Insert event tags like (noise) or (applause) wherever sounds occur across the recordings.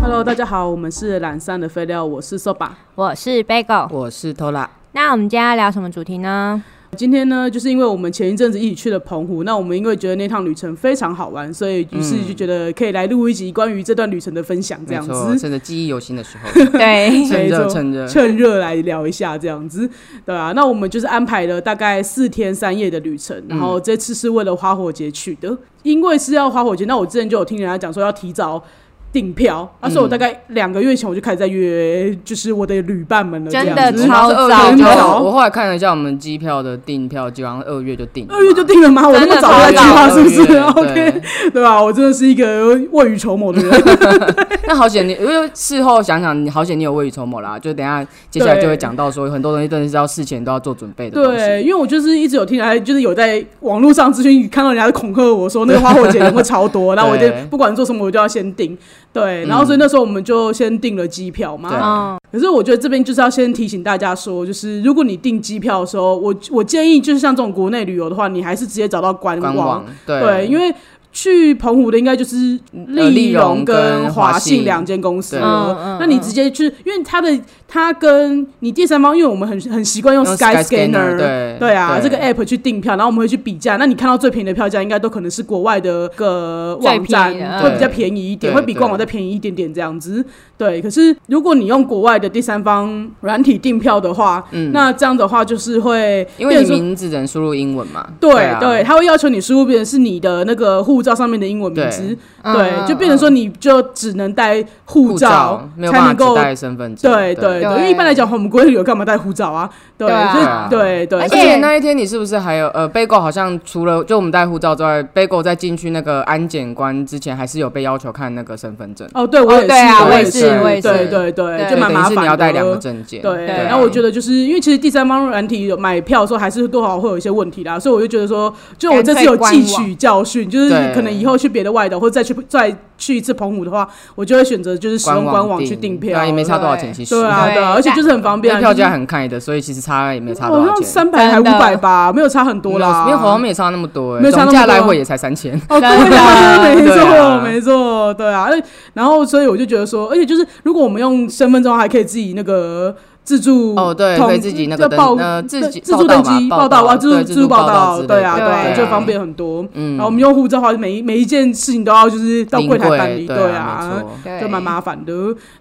Hello，大家好，我们是懒散的废料，我是 Soba。我是 Bagel。我是偷拉，那我们今天要聊什么主题呢？ (laughs) 今天呢，就是因为我们前一阵子一起去了澎湖，那我们因为觉得那趟旅程非常好玩，所以于是就觉得可以来录一集关于这段旅程的分享，这没样错，子。趁着记忆犹新的 (laughs) 时候，对，趁没热错趁热，趁热来聊一下，这样子，对啊，那我们就是安排了大概四天三夜的旅程，然嗯后这次是为了花火节去的，因为是要花火节。那我之前就有听人家讲说要提早订票，啊，所以我大概两个月前我就开始在约，就是我的旅伴们了，这真样的子。超我早们是二月就的我后来看了一下我们机票的订票，基本上二月就订了嘛，二月就定了吗？我那么真的早就在计划，是不二是月 (laughs) ？OK，对对吧？我真的是一个未雨绸缪的人。 (laughs) 那好险你，因为事后想想，你好险你有未雨绸缪啦。就等一下接下来就会讲到说，很多东西真的是要事前都要做准备的东西。对，因为我就是一直有听来，就是有在网络上资讯看到人家恐吓我说那个花火节人会超多，那我就对嗯不管做什么我就要先订。对，然后所以那时候我们就先订了机票嘛。对嗯，可是我觉得这边就是要先提醒大家说，就是如果你订机票的时候，我我建议就是像这种国内旅游的话，你还是直接找到官官网对对，因为去澎湖的应该就是呃丽丽荣荣跟跟华华信信两间公司对了嗯嗯那你直接去，因为它的它跟你第三方，因为我们很很习惯用用 Sky Skyscanner， Scanner，对对啊，这对个 app 去订票，然后我们会去比价。那你看到最便宜的票价，应该都可能是国外的个最网站便宜的会嗯比较便宜一点，对会比官网对再便宜一点点这样子。对，可是如果你用国外的第三方软体订票的话，那这样的话就是会嗯因变为你成说名字只能输入英文嘛。对啊对，他会要求你输入变成是你的那个护照上面的英文名字，嗯对，嗯就变成说你就只能带护护照没有才能办法够只。带身份证。对对对，对因为一般来讲，我们国内旅游干嘛带护照啊？对，对啊所以对啊对对，而而且且那一天你是不是还有呃，Bagel 好像除了就我们带护照之外，Bagel 在进去那个安检关之前，还是有被要求看那个身份证，哦，对我哦也是，对啊我也也是我对也对是啊对对，对就蛮等于麻是烦的。你要带两个证件。对，对然后我觉得就是因为其实第三方软体有买票的时候还是多少会有一些问题啦，所以我就觉得说，就我这次有汲取教训，就是对可能以后去别的外岛或者再去再去一次澎湖的话，我就会选择就是使用官网去订对票啊，也。没差多少钱，对其实对啊，对啊，而且就是很方便啊，那票就是价很看的，所以其实差也没差多好少像钱。三百还五真的百吧，没有差很多啦，没有，好像没差那么多、欸，没有差那么多总啊价来回也才三千。 (laughs) 哦，对对，真的没啊对错，啊没错，对啊。而然后，所以我就觉得说，而且就是，如果我们用身份证的话，还可以自己那个自助哦，对，通可以自己那要个报登，呃，自己自助登机报道啊，啊，自助对自自助报道之类的，对啊，对啊，啊就方便很多。嗯然后我们用护照的话，每一每一件事情都要就是到临柜台柜办理，对没啊，错对就蛮麻烦的，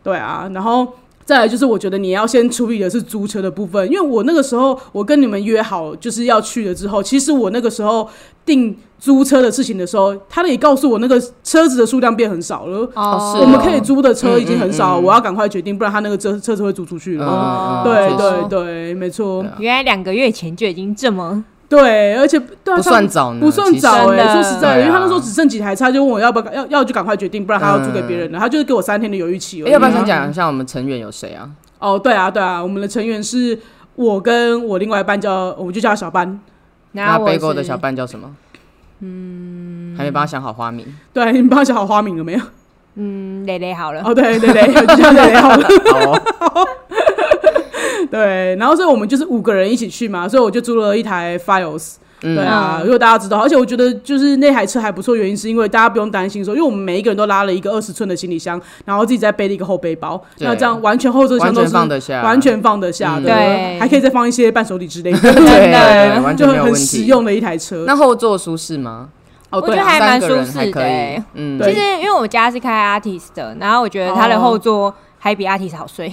对啊。然后再来就是，我觉得你要先处理的是租车的部分，因为我那个时候我跟你们约好就是要去了之后，其实我那个时候订租车的事情的时候，他也告诉我那个车子的数量变很少了。哦是我们可以租的车已经很少了，嗯嗯嗯我要赶快决定，不然他那个车车子会租出去了。嗯哦对确实对对，没错对，啊原来两个月前就已经这么对，而且对啊，他不算早呢，不算其实早哎、真的说实在的，对啊因为他那时候只剩几台车，他就问我要不要要要就赶快决定，不然他要租给别人了。他就是给我三天的犹豫期而嗯已。哎啊要不要先讲一下我们成员有谁啊？哦，对啊，对啊，我们的成员是我跟我另外一半叫，我们就叫他小班。那我 Bagel 是的小伴叫什么？嗯，还没帮他想好花名。对，啊你们帮他想好花名了没有？嗯蕾蕾好了，哦，对对对，就叫雷好了。好哦， (laughs) 对，然后所以我们就是五个人一起去嘛，所以我就租了一台 Files。 (laughs) 嗯对啊，如果大家知道，而且我觉得就是那台车还不错，原因是因为大家不用担心说，因为我们每一个人都拉了一个二十寸的行李箱，然后自己再背了一个后背包，对那这样完全后车厢完都全是放得下，完全放得下的，嗯对还可以再放一些伴手礼之类的，(laughs) (laughs) 对真的对，完就全没有很问实题。用的一台车。那后座舒适吗？哦，我觉对得啊，还蛮三舒个人还适的可以欸。。嗯，对其实因为我家是开 Artist 的，然后我觉得它的哦后座还比 Artist 好 (laughs) 睡。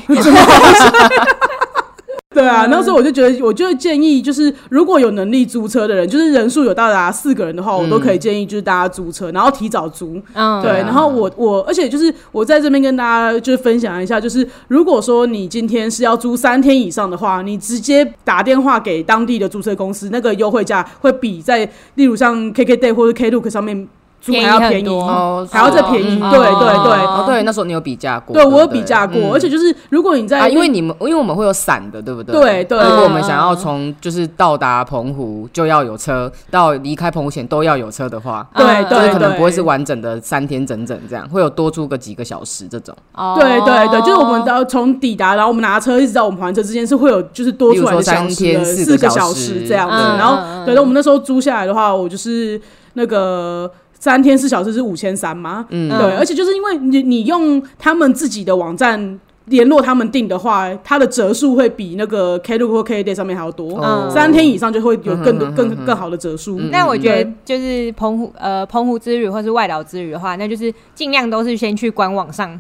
对啊，那时候我就觉得，我就建议就是，如果有能力租车的人，就是人数有到达四个人的话，我都可以建议就是大家租车，然后提早租。嗯，对，啊然后我我，而且就是我在这边跟大家就是分享一下，就是如果说你今天是要租三天以上的话，你直接打电话给当地的租车公司，那个优惠价会比在例如像 KKday 或者 Klook 上面租还要便宜便很宜，多哦，还要再便宜。嗯对对对，哦，对，那时候你有比价过，对不我有比价过，嗯而且就是如果你在啊，因为那你们因为我们会有散的，对不对？对对如果我们嗯想要从就是到达澎湖就要有车，到离开澎湖前都要有车的话。对嗯就是对啊可能对，不会是完整的三天整整这样，会有多出个几个小时这种。哦对对对，就是我们到从抵达，然后我们拿车一直到我们还车之间是会有就是多出来的小比如说三时的天四四个个小小时时这样子。嗯然后嗯嗯对，那我们那时候租下来的话，我就是那个三天四小时是五千三吗？嗯对，而且就是因为你你用他们自己的网站联络他们订的话，它的折数会比那个 Klook 或 KDay 上面还要多，哦三天以上就会有更多嗯哼嗯更哼更好的折数。但我觉得对就是澎湖呃澎湖之旅或是外岛之旅的话，那就是尽量都是先去官网上，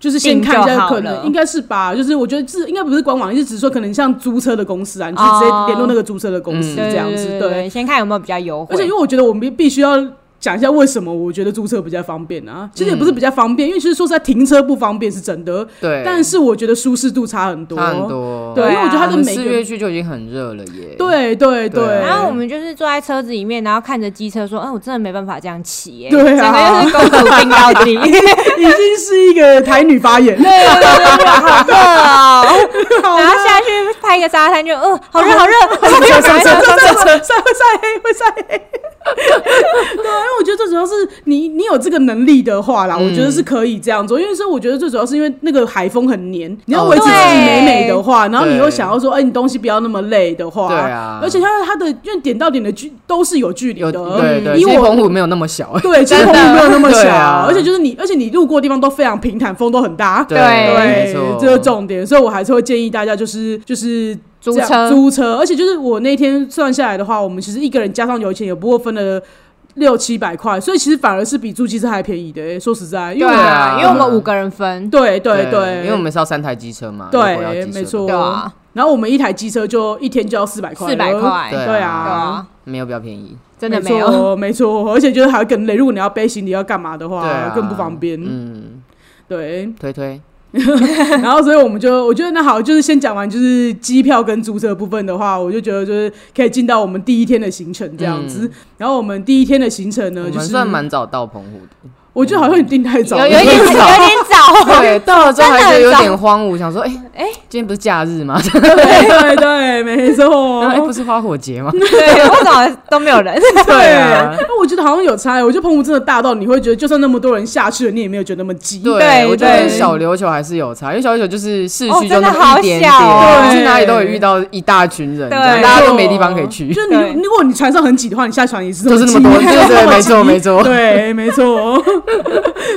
就是先看一下可订就好能了应该是吧，就是我觉得是应该不是官网，是只是说可能像租车的公司啊，你就直接哦联络那个租车的公司嗯这样子，对对对，先看有没有比较优惠。而且因为我觉得我们必必须要讲一下为什么我觉得租车比较方便啊，其实也不是比较方便，因为其实说实在停车不方便是真的，对，但是我觉得舒适度差很多，差很多。对，对啊因为我觉得它我的们每四个月去就已经很热了耶。，对对对，对然后我们就是坐在车子里面，然后看着机车说：“嗯、我真的没办法这样骑耶、对啊整个就是公主病到底。对对已经是一个台女发言，对对对，好热哦！好 (laughs) 然啦后下去拍个沙滩就，嗯、好热好热，上车上车上车上车，会晒黑会晒黑。 (laughs) 对啊，因为我觉得最主要是你你有这个能力的话嗯啦，我觉得是可以这样做。因为说我觉得最主要是因为那个海风很黏，你哦要维持自己美美的话，然后你又想要说，哎，你东西不要那么累的话，对啊而且它它的因为点到点的距都是有 (laughs) 距离有的，对对，以其实我。澎湖没有那么小。 (laughs) 对，其实真空的没有那么小，对啊而且就是你，而且你路过的地方都非常平坦，风都很大， (laughs) 对，没对错，，这是重点，所以我还是会建议大家就是就是租这样车租车，而且就是我那天算下来的话，我们其实一个人加上油钱也不过分了六七百块，所以其实反而是比租机车还便宜的、欸说实在，因为对我们啊，因为我们五个人分，对对对，因为我们是要三台机车嘛，如果要对机车没错对啊，然后我们一台机车就一天就要四百块了，四百块，对对啊对啊啊，啊，没有比较便宜，真的没没有。错，没错，而且就是还会更累，如果你要背行李要干嘛的话，对啊，更不方便，嗯，对。推推，然后，所以我们就 (laughs) 我觉得那好，就是先讲完就是机票跟租车的部分的话，我就觉得就是可以进到我们第一天的行程这样子。然后我们第一天的行程嗯我呢，就们是算蛮早到澎湖的，我觉得好像你订太早有了，有一点有点早，对，到了之后还觉得有真的点荒芜，想说，哎哎哎，今天不是假日吗？对对对，没错，哎， (laughs) 不是花火节吗？对，为什么都没有人？(laughs) 对啊那我觉得好像有差，我觉得澎湖真的大到你会觉得，就算那么多人下去了，你也没有觉得那么挤。对，我觉得对跟小琉球还是有差，因为小琉球就是市哦区就真的那么好一点小哦点，对哦去哪里都会遇到一大群人，对这样大家都没地方可以去就，是你，如果你船上很挤的话，你下船也是就是那挤么多，就对是那 (laughs) 对，么没挤错没错，对，没错， (laughs)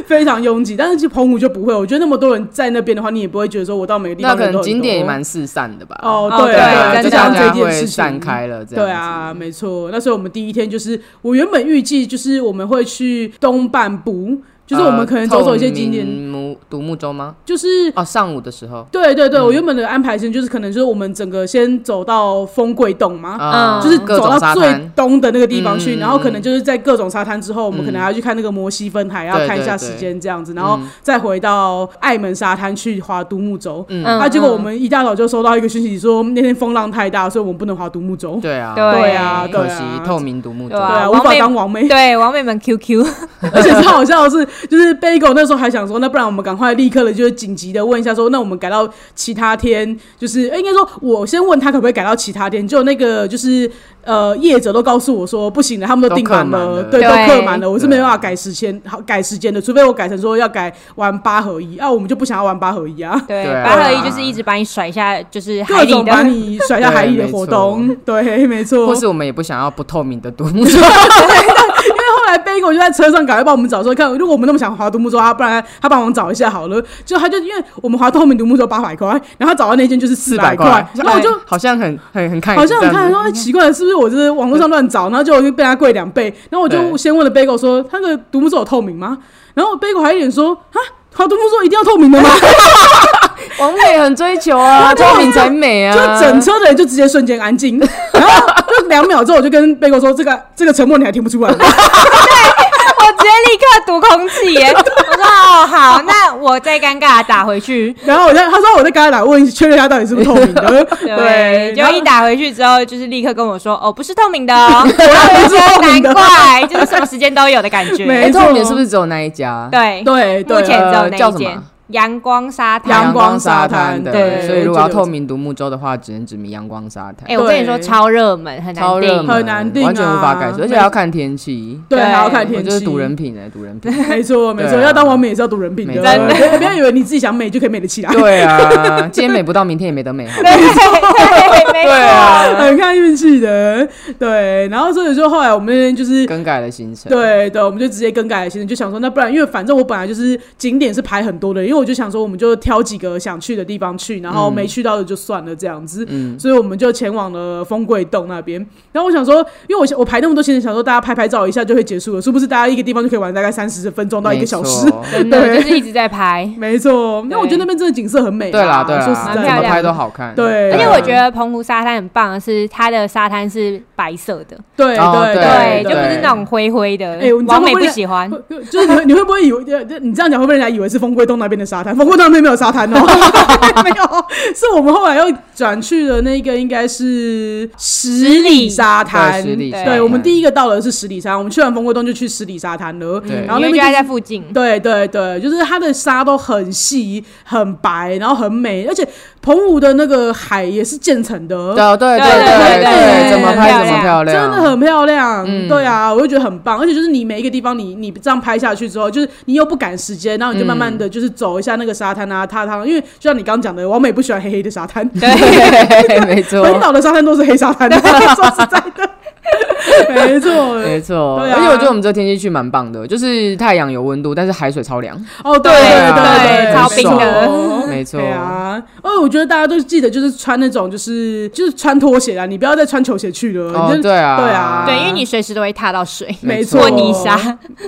非常拥挤。但是去澎湖就不会，我觉得那么多人在那边的话，你也不会觉得说我到每个地那方可人都能很景点也多蛮四散的吧。哦，哦对对啊，对就就真像的大这家件会事情散。开了，这样对啊，没错。那所以我们第一天就是，我原本预计就是我们会去东半部，子，就是我们可能走走一些景金点，木呃独木舟吗？就是哦，上午的时候对对嗯对，我原本的安排是就是可能就是我们整个先走到风柜洞嘛，啊，嗯就是各走种到沙最滩，东的那个地方去，嗯然后可能就是在各种沙滩之后，我们嗯可能还要去看那个摩西分海，要对看一下对时对间这样子，然后嗯再回到爱门沙滩去划独木舟。嗯那、啊结果我们一大早就收到一个讯息说，那天风浪太大，所以我们不能划独木舟。对啊，对啊，对可惜啊，透明独木舟对，对啊，啊无王法妹当王妹。对，王妹们 QQ， (laughs) 而且最好笑的是，就是 Bagel 那时候还想说，那不然我们赶快立刻的，就是紧急的问一下说，那我们改到其他天，就是、呃应该说，我先问他可不可以改到其他天，就那个就是呃业者都告诉我说不行了，他们都都订客满满了，了对，都对客满了，我是对啊没办法改时间，好改时间的，除非我改成说要改玩八合一啊，我们就不想要玩八合一啊。对对，啊八合一就是一直把你甩下，就是海各里种把的，你甩下海里的对活动，对，没错。或是我们也不想要不透明的独木 (laughs) 舟，因为后来 Bagel 就在车上赶快帮我们找说，看如果我们那么想划独木舟，他不然他帮忙找一下好了。就他就因为我们划透明独木舟八百块，然后他找到那件就是四百400块块，，然后我就哎好像很很很看，好像很看很说哎奇怪，是不是我这是网络上乱找，然后就被他贵两倍。然后我就对先问了 Bagel 说，他的独木舟有透明吗？然后 Bagel 还一脸说啊。划独木舟一定要透明的吗？王美很追求啊，对啊透明才美啊，就整车的人就直接瞬间安静，然后就两秒之后，我就跟 Bagel 说：“这个这个沉默你还听不出来吗？” (laughs) 我直接立刻读空气 (laughs) 耶！我说哦好，那我再尴尬地打回去。然后我在他说我在跟他打问，确认他到底是不是透明的。对，就然后一打回去之后，就是立刻跟我说哦不是透明的哦，不我是觉透得明的难怪，就是什么时间都有的感 (laughs) 觉。没哎，错透明是不是只有那一家？对，对目对前只有呃那叫一什间么？阳光沙滩。阳光沙滩滩的，对所以我如觉果要得透有明独木舟的话，只能指明阳光沙滩。哎、我跟你说对超热门，很难超热定门，很难定啊完全无法改而且没还要看天气。对，对还要看我天就是气，赌人品哎，赌人品。 (laughs) 没错，没错，对啊要当完美也是要赌人品的，没错对不要以为你自己想美就可以美得起来。对啊，今天美不到，明天也没得美 (laughs) 好。对对，没对错。啊，很看运气的，对，然后所以说后来我们那天就是更改了行程。对对，我们就直接更改了行程，就想说那不然，因为反正我本来就是景点是排很多的，因为我就想说我们就挑几个想去的地方去，然后没去到的就算了这样子，嗯所以我们就前往了风柜洞那边。然后我想说，因为我想我排那么多行程，想说大家拍拍照一下就会结束了，殊不知大家一个地方就可以玩大概三十分钟到一个小时没。错真的就是一直在拍，没错，因为我觉得那边真的景色很美。啊对啦对说实啦，在怎的，蛮漂么亮拍都好看。对啊而且我觉得得澎湖沙滩很棒的是，它的沙滩是白色的，对哦对对就不是那种灰灰的。哎我你知道王美会不不会喜欢，会就是你会你会不会以为呃你这样讲会被人家以为是风柜洞那边的沙滩？风柜洞那边没有沙滩 (laughs) 哦，没有，是我们后来又转去的那个应该是十里沙滩。十里，对对我们一第一个到的是十里沙滩，我们去完风柜洞就去十里沙滩了。对然后那嗯因为边就就是在附近。对对对，就是它的沙都很细、很白，然后很美，而且澎湖的那个海也是建成的，对对对对对对对，怎么拍怎么漂亮，真的很漂亮，嗯对啊，我就觉得很棒，而且就是你每一个地方你，你这样拍下去之后，就是你又不赶时间，然后你就慢慢的就是走一下那个沙滩啊、踏踏，因为就像你刚刚讲的，王美不喜欢黑黑的沙滩， (laughs) 对，没本错。岛的沙滩都是黑沙滩， (laughs) 说实在的，没错，没错，对啊而且我觉得我们这天气去蛮棒的，就是太阳有温度，但是海水超凉。哦，对对对对对，超冰的没错对啊，而我觉得大家都记得就是穿那种就是就是穿拖鞋啊，你不要再穿球鞋去了，哦你，就对啊，对啊对，因为你随时都会踏到水。没错或泥沙，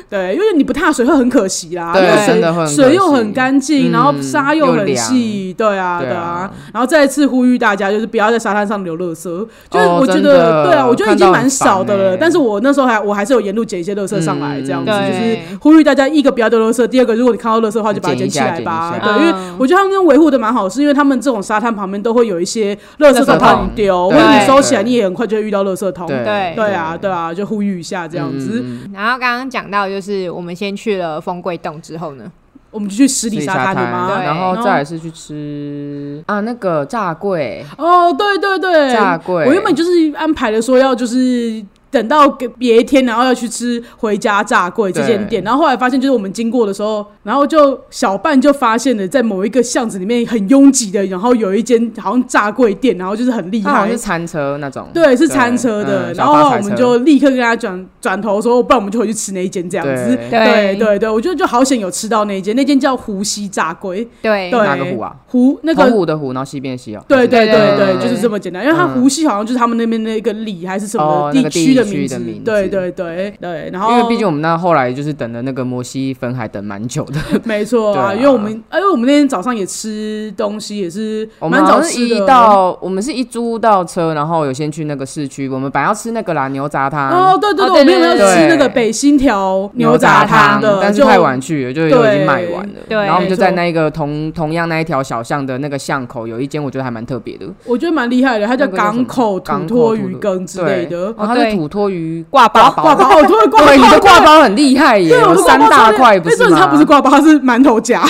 对，因为你不踏水会很可惜啦，对因为真的会很水可水惜又很干净，嗯然后沙又很凉细，对啊，对啊对啊。然后再一次呼吁大家，就是不要在沙滩上留垃圾，就是哦我觉真的得，对啊，我觉得已经看到蛮很烦少的了。欸但是我那时候还我还是有沿路捡一些垃圾上来，嗯这样子对就是呼吁大家，一个不要丢垃圾，第二个如果你看到垃圾的话，就把它捡捡一起下来吧。捡一下对，因为嗯我觉得他们维护的蛮好，是因为他们这种沙滩旁边都会有一些垃圾垃圾桶帮桶你丢，或对者你收起来，对你也很快就会遇到垃圾桶。对对啊，对啊，就呼吁一下这样子。嗯嗯嗯然后刚刚讲到，就是我们先去了风柜洞之后呢，我们就去十里沙滩了十里沙吗滩？然后对再来是去吃啊那个炸柜，哦，对对对，炸柜我原本就是安排的说要就是。等到给别天，然后要去吃回家炸柜这间店，然后后来发现就是我们经过的时候，然后就小半就发现了在某一个巷子里面很拥挤的，然后有一间好像炸柜店，然后就是很厉啊它好像害是，餐车那种，对，是餐车的，嗯然后后小来发财我们车就立刻跟他转转头说，哦不然我们就回去吃那一间这样子。对对对对对，我觉得就好险有吃到那一间，那间叫湖西炸柜，对对，哪个湖啊？湖那个澎湖的湖，然后西边的西哦，对对对对对，嗯就是这么简单，因为它湖西好像就是他们那边的一个里还是什么哦那个区地的区名的名字对对对对，然后因为毕竟我们那后来就是等了那个摩西分海等蛮久的， (laughs) 没错啊，对啊因为我们哎因为我们那天早上也吃东西也是我们蛮好早像是吃一的。哦到我们是一租到车，然后有先去那个市区，我们本来要吃那个啦牛杂汤，哦，对对哦对，我们对有没有对对吃那个对北新条牛杂杂汤汤的？但是就太晚去了，就对就已经卖完了。对然后我们就没错在那个同同样那一条小巷的那个巷口，有一间我觉得还蛮特别的，我觉得蛮厉害的，它叫那个叫什港么口土港口托土鱼托羹之类的。哦，它对是土托鱼挂包挂包，哦，对，挂包，对，你的挂包很厉害耶，对， (laughs) 我有的挂三包大超厉块不但是吗？它不是，挂包，它是馒头夹。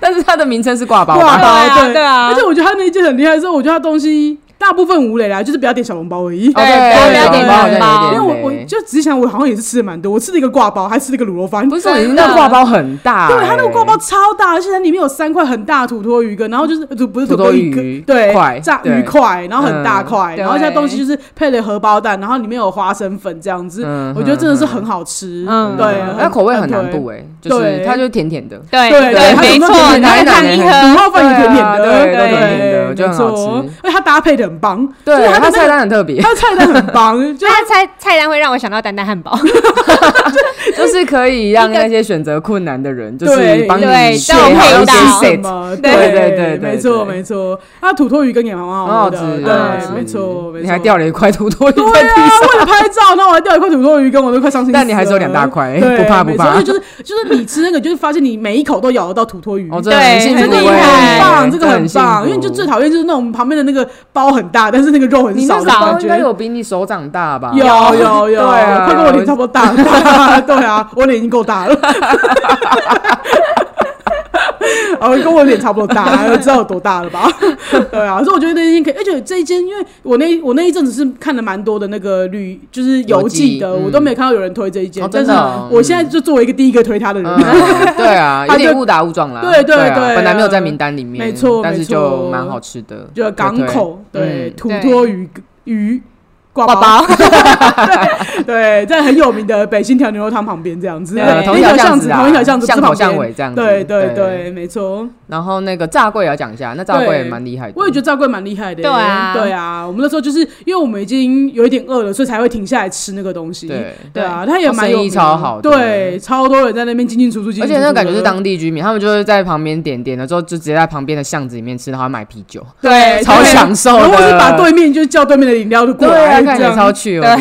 但是它的名称是挂包挂吧。包，对啊对啊而且我觉得他那一件很厉害，是我觉得他东西大部分无雷啦，就是不要点小笼包而已。哦，对对，不要点小笼包好像包 (laughs) 因有为点我雷我就仔细想，我好像也是吃的蛮多，我吃了一个挂包，还吃了一个卤肉饭。不是，是，真的你那个挂包很大欸，对，它那个挂包超大，而且它里面有三块很大的土托鱼羹，然后就是呃不不是土土托托鱼羹对块炸对鱼块，然后很大块，嗯然后对现在东西就是配了荷包蛋，然后里面有花生粉这样子，嗯我觉得真的是很好吃。嗯对嗯，它口味很南部哎，就是对它就是甜甜的，对对对没它错有那，种然后烫奶一奶卤颗，肉饭也甜甜的，啊对啊对，对都甜甜的就很好吃没错而且它搭配的很棒，就是对，它它的菜那个单很特 (laughs) 别，它的菜单很 (laughs) 棒，就就它菜菜单会让我想到丹丹汉 (laughs) 堡，就是可以让那些选择困难的人，就是对帮你对选都有好配一些到什 set，么？对对对对对没错对哦没错。那土托鱼羹也蛮很好好的，吃，很好吃对，没错没错。你还掉了一块土豆鱼对在地啊，上，为了拍照，那我还掉一块土托鱼羹，我都快 (laughs) 伤心死了。但你还是有两大块哎对不怕不没错怕而且就是就是你吃那个，就是发现你每一口都咬得到土托鱼。哦，真的很对幸这福很个厉也害很棒，欸这个真的很棒，幸因为你就福最讨厌就是那种旁边的那个包很大，但是那个肉很你少那的个感包觉应。该有比你手掌大吧？有 (laughs) 有有，对啊快跟我 (laughs) 脸差不多大了。对啊，我脸已经够大了。啊，跟我有点差不多大，知道有多大了 (laughs) 吧？对啊，所以我觉得那间可以，而且这一间，因为我那我那一阵子是看了蛮多的那个旅，就是游记的，游记嗯我都没有看到有人推这一间，哦但真是的哦我现在就作为一个第一个推他的人，嗯对啊，他有就点误打误撞啦。对对啊对本来没有在名单里面，没错但没是错就蛮好吃的， (laughs) 就是港对对口对嗯土对托鱼鱼挂挂包，包，对，在很有名的北新条牛肉汤旁边这样子，对呃那同一条条巷子，啊同一条巷子，巷不是口旁边巷尾这样子。对对对，没错。然后那个炸柜也要讲一下，那炸柜也蛮厉害的。我也觉得赵贵蛮厉害的耶，对啊对啊。我们那时候就是因为我们已经有一点饿了，所以才会停下来吃那个东西。对。哦对啊，他也蛮有生意超好的对，超多人在那边进进出出，进进而出出且的那个感觉是当地居民，他们就是在旁边点点了之后，就直接在旁边的巷子里面吃，然后还买啤酒，对超享受的。然后或是把对面就是叫对面的饮料就过对啊，来，看起这来样超去哦。 (laughs)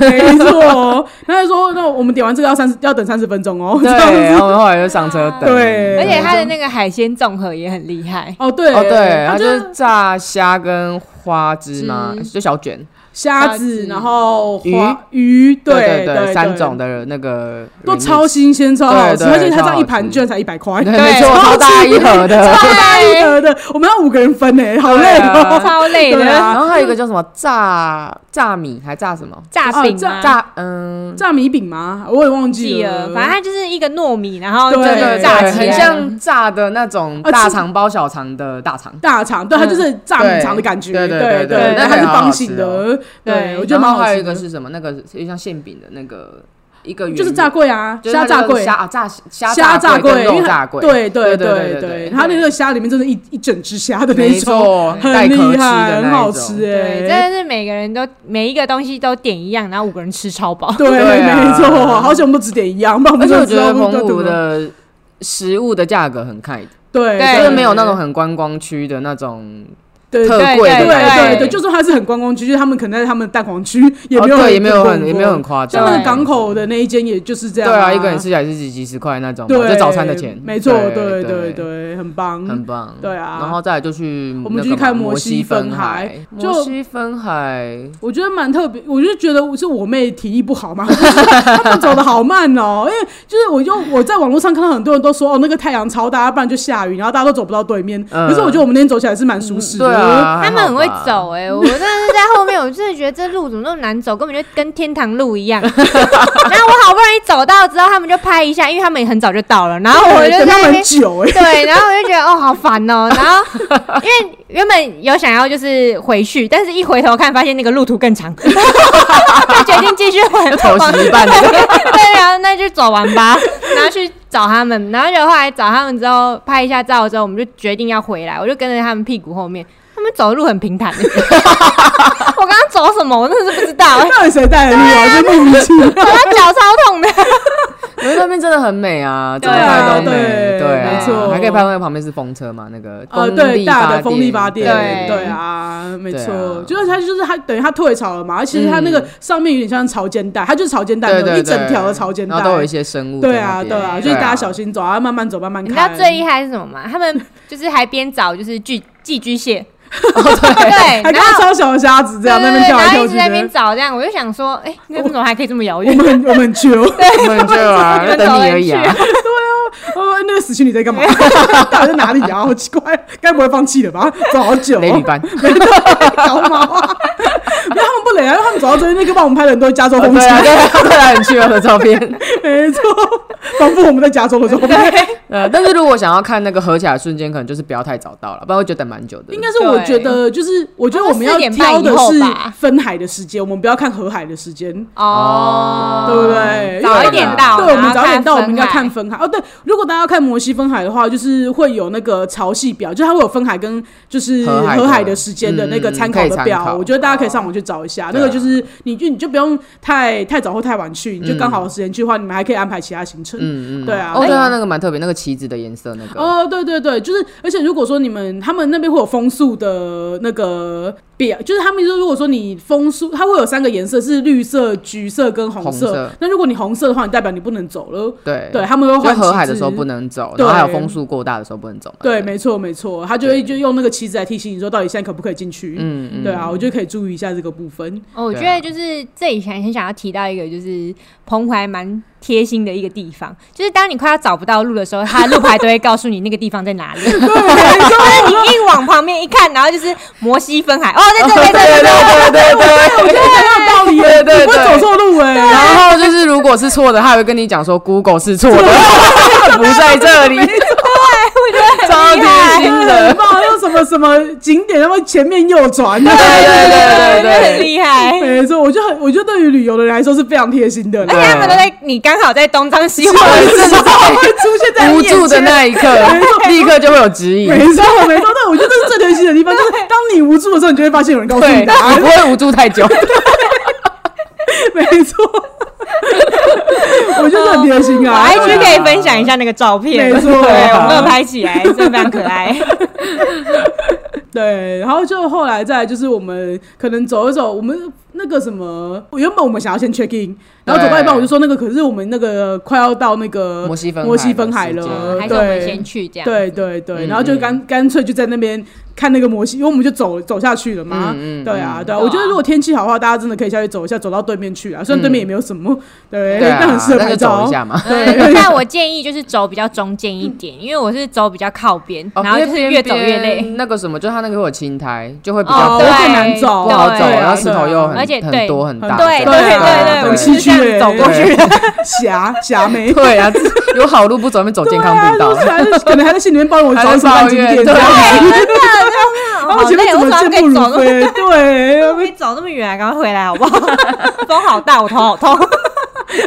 对，没错。他就说，那我们点完这个要三十，要等三十分钟哦，这样对，然子。后我们后来就上车等。对 (laughs) 而且它的那个海鲜综合也很厉害，哦，对哦，对，他它就就是是炸虾跟花枝嘛，枝就小卷，虾虾子，子然后鱼花鱼，对对对，三种的那个都 remix 超新鲜，超好吃，对对而且它这超样好一盘吃居然才一百块， (laughs) 对，超没错， (laughs) 超大一 (laughs) 盒的，大一盒的，我们要五个人分诶，好累哦。啊超累 (laughs) 对的啊然后还有一个叫什么炸炸米，还炸什么炸哦饼啊炸嘛，炸嗯，炸米饼吗？我也忘记记了了，，反正它就是一个糯米，然后对就对对对是炸对，起来，很像炸的那种啊大吃肠包小肠的大肠。大肠，对，它就是炸米肠的感觉，嗯对对对对对对，对但那它个是好好方形吃哦的，对对我觉得然蛮后好还有吃一个的。是什么？那个有点像馅饼的那个一个圆就是炸柜啊，就是虾它的炸柜，虾啊炸虾虾炸柜，跟因为肉它炸柜，对对对对对对对它那个虾里面真的一一整只虾的那没一种，错，带很壳厉吃害，的很那好一吃种。对，真哎。的是每个人都每一个东西都点一样，然后五个人吃超饱。对，对啊没错，好久我们都只点一样，不然我而们且真我的觉知道得不知道澎怎么湖的食物的价格很看，对，对就是没有那种很观光区的那种对特对贵的对感对觉，对，就算它是很观光区，就是他们可能在他们蛋黄区也没有哦对很也没有观很光也没有很夸张，像那个港口的那一间也就是这对样，啊，一个人吃起来是几几十块那种嘛，对就早餐的钱，没错，对对对，对，很棒，很棒，对啊然后再来就去那个嘛我们就去看摩摩西西分分海就摩西分海，我觉得蛮特别，我就觉得是我妹体力不好嘛， (laughs) 他们走的好慢哦，因为就是我就我在网络上看到很多人都说哦那个太阳超大，不然就下雨，然后大家都走不到对面。嗯可是我觉得我们那天走起来是蛮舒适的，对啊，他们很会还好吧。走哎、我真的是在后 (laughs) 面，我真的觉得这路怎么那么难走，根本就跟天堂路 (laughs) 一样。然后我好不容易走到之后，他们就拍一下，因为他们也很早就到了，然后我对就在等他那们很边久哎、 (laughs) 对，然后我就觉得哦好烦 (laughs) 哦，然后因为原本有想要就是回去，但是一回头看发现那个路途更 (laughs) 长，就决定继续回投往石一 (laughs) 半对然后那就走完吧，然后去找他们，然后就后来找他们之后拍一下照之后，我们就决定要回来，我就跟着他们屁股后面，他们走的路很平 (laughs) 坦、我刚刚走什么我真的是不知 (laughs) 道、 (laughs) 到底谁带的路啊？就莫名其妙。走到脚超痛的，因为那边真的很美啊，对整啊个台都对美，对啊，没错还可以拍那个旁边是风车嘛，那个呃，风对，力大的风力发电，电，对对啊，没对啊错，就是它就是它等于它退潮了嘛，而其实它那个上面有点像潮间带，它就是潮间带，对有对一整条的潮间对带，然后都有一些生物在对那啊边，对啊，所以大家小心走啊，慢慢走，慢慢你看。知道最厉害是什么吗？他们就是还边找就是寄寄居蟹， (laughs) 对，还然看到后。超小的虾子这样那对边对对跳来然后跳一去直在那边的，找这样，我就想说，哎、那为什么还可以这么遥我远？们很我们很穷，我们就 (laughs) 啊，你在们等走你人而已啊 (laughs) 去。 (laughs) 哦，那个死群你在干嘛？到底在哪里啊？好奇怪，该不会放弃了吧？走好久、雷旅哦， (laughs) 班，搞毛啊！ (laughs) 没有他们不雷啊，因为他们走到这边，那个帮我们拍了很多加州 (laughs) 风景，对啊，对啊，对啊，很趣合的照片。 (laughs) (laughs) 没错，仿佛我们在加州的时候。呃，但是如果想要看那个合起来的瞬间，可能就是不要太早到了，不然会觉得等蛮久的。应该是我觉得，就是我觉得我们要好像4挑的点半以是后吧分海的时间，我们不要看河海的时间。哦，对不对？早一点到对我们然后早一点看到，我分们应该海看分海。哦，对，如果大家要看摩西分海的话，就是会有那个潮汐表，就是它会有分海跟就是河海的河海的时间的那个嗯参可考以的参表，考我觉得大家可以上网去找一下。那对个啊就是你就你就不用太太早或太晚去，你就刚好有时间去的话，你们还可以安排其他行程。嗯对啊哦，对啊，那个蛮特别，那个旗子的颜色，那个哦哦，对对对，就是，而且如果说你们他们那边会有风速的那个表，就是他们说，如果说你枫树，它会有三个颜色，是绿色、橘色跟红色。红色那如果你红色的话，你代表你不能走了。对对，他们会就换河海旗的时候帜不能走，对然后还有风速过大的时候不能走嘛。对，不没错没错，他就会就用那个旗子来提醒你说，到底现在可不可以进去？嗯嗯，对啊，我觉得可以注意一下这个部分。哦，我觉对啊得就是这以前很想要提到一个，就是澎湖还蛮贴心的一个地方，就是当你快要找不到路的时候，它的路牌都会告诉你那个地方在哪里。 (laughs) 就是你一往旁边一看，然后就是摩西分海，哦，在这对边，在对这边。对对 (laughs) 对哎对。有道理耶你对不会对走错路哎、然后就是，如果是错的，他还会跟你讲说 Google (laughs) 是错的，不在这里，超厉贴害心很的，棒，又什么什么景点，然后前面右转。对对就对对对很。厉 (laughs) 害。没错，我就很，我觉得对于旅游的人来说是非常贴心的 (laughs) 而啦，且他们都在你刚好在东张西望对的时至对少会出现在你无眼前助的那一刻， (laughs) 立刻就会有指引。没错，没错，但我觉得这是最贴心的地方，就是当你无助的时候，你就会发现有人告诉对，你答你案。 (laughs) 不会无助太久。 (laughs) 没错，我觉得很贴心候，哦我啊。 IG 可以分享一下那个照片，没错对，我们有拍起来，真的非常可爱。对，然后就后来再来就是我们可能走一走，我们那个什么，原本我们想要先 check in，然后走到一半我就说那个可是我们那个快要到那个摩西分海摩西分海的时间了，还是我们对先。去这样？对对对，嗯然后就干干脆就在那边看那个摩西，因为我们就走走下去了嘛。嗯嗯对啊，对啊，嗯对啊我觉得如果天气好的话，大家真的可以下去走一下，走到对面去啊。虽然对面也没有什么，对，对啊，但很适合那拍就照。走一下嘛。嗯，但我建议就是走比较中间一点，因为我是走比较靠边，哦然后因就为是越走越边边累。那个什么，就它那个会有青苔，就会比哦较对不更难走对好走，对啊然后石头又很而且很对多很大，对对对啊对很我崎是这样岖子走过去的。 (laughs) 霞霞妹， (laughs) 对啊，有好路不走，那边走健康步道对啊，就是还是可能还在心里面抱怨我找还在什么抱景怨点这对样子。然好后我前面哦累，怎我么怎么可健步如以走那么飞？对，可以走那么远，赶快回来好不好？风好大，我头好痛，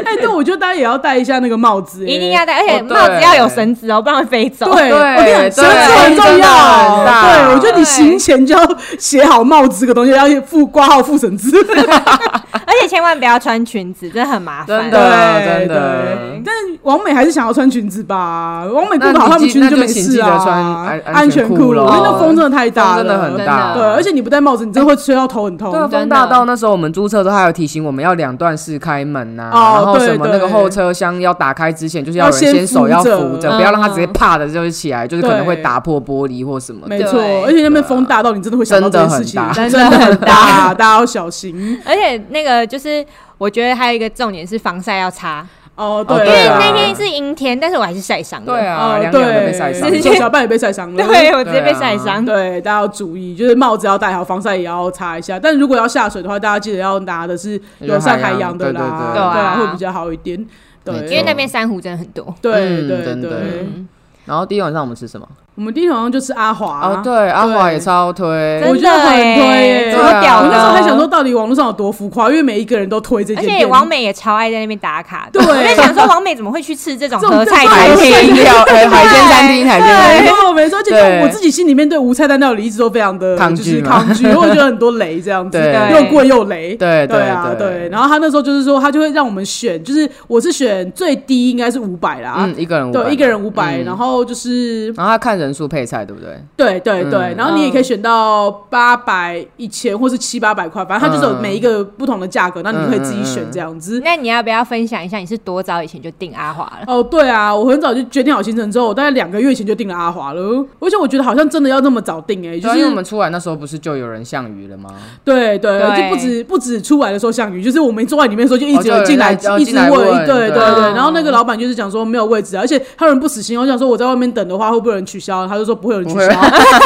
哎，对，我觉得大家也要戴一下那个帽子，哎一定要戴，而且哦对帽子要有绳子哦，不然会飞走。对，对我跟你讲，绳子很对重真的要。很大对，我觉得你对行前就要写好帽子这个东西，要附挂号附绳子。而且千万不要穿裙子，真的很麻烦。真的对真的对但王美还是想要穿裙子吧？王美过得那好，你他们记裙子那就没请事记得啊。穿安安安全全裤裤了，咯因为那风真的太大了，风真的很大，对，而且你不戴帽子，你真的会吹到头很痛。对啊，风真的大到那时候我们租车的时候，还有提醒我们要两段式开门呐、哦然后对什么那个对后车厢要打开之前，就是有人要先先手要扶着扶着，不要让它直接嗯啪的就是起来，就是可能会对打破玻璃或什么的。没错对，而且那边风大到你真的会想到这啊件事情，真的很大真的很大，大家要小心而且那个就是，我觉得还有一个重点是防晒要擦，哦。哦对，因为对啊那天是阴天，但是我还是晒伤了。对啊，哦两两都对，被晒伤了是直接 (laughs) 小半也被晒伤了。对我直接被晒伤。对，啊大家要注意，就是帽子要戴好，防晒也要擦一下。但如果要下水的话，大家记得要拿的是友善海洋的啦，对对对对啊，对啊会比较好一点。对，没错因为那边珊瑚真的很多。对啊嗯对真的对，然后第一晚上我们吃什么？我们第一天晚上就吃阿华啊哦，，对，阿华也超推，我觉得很推耶啊真的欸超屌我的。啊那时候还想说，，到底网络上有多浮夸，因为每一个人都推这哎而件且店。王美也超爱在那边打卡，对我就想说王美怎么会去吃这 (laughs) 种这种合菜这餐海种厅？鲜料，呃，海鲜餐厅，海鲜餐厅没。错没错，而且对我自己心里面对无菜单料理一直都非常的抗就是拒嘛抗拒， (laughs) 因为我觉得很多雷这样子，对又贵又雷。对对啊，对。对，然后他那时候就是说，他就会让我们选，就是我是选最低应该是五百啦，嗯，一个人五百啊对，一个人五百、嗯然后就是然后他看人数配菜，对不对？对对对、嗯然后你也可以选到八百、一千或是七八百块，反正它就是有嗯每一个不同的价格，那、你可以自己选嗯嗯嗯这样子。那你要不要分享一下你是多早以前就订阿华了？哦，对啊，我很早就决定好行程之后，我大概两个月前就订了阿华了，而且我觉得好像真的要那么早订哎、就对啊因是为我们出来那时候不是就有人项羽了吗？对对，对就不止不止出来的时候项羽，就是我们坐在里面的时候就一哦直就有有人进来，人在一哦直进来问对对对对。嗯然后那个老板就是讲说没有位置啊，而且他有人不死心，我想说我在外面等的话会不会有人取消？他就说不会有人取消，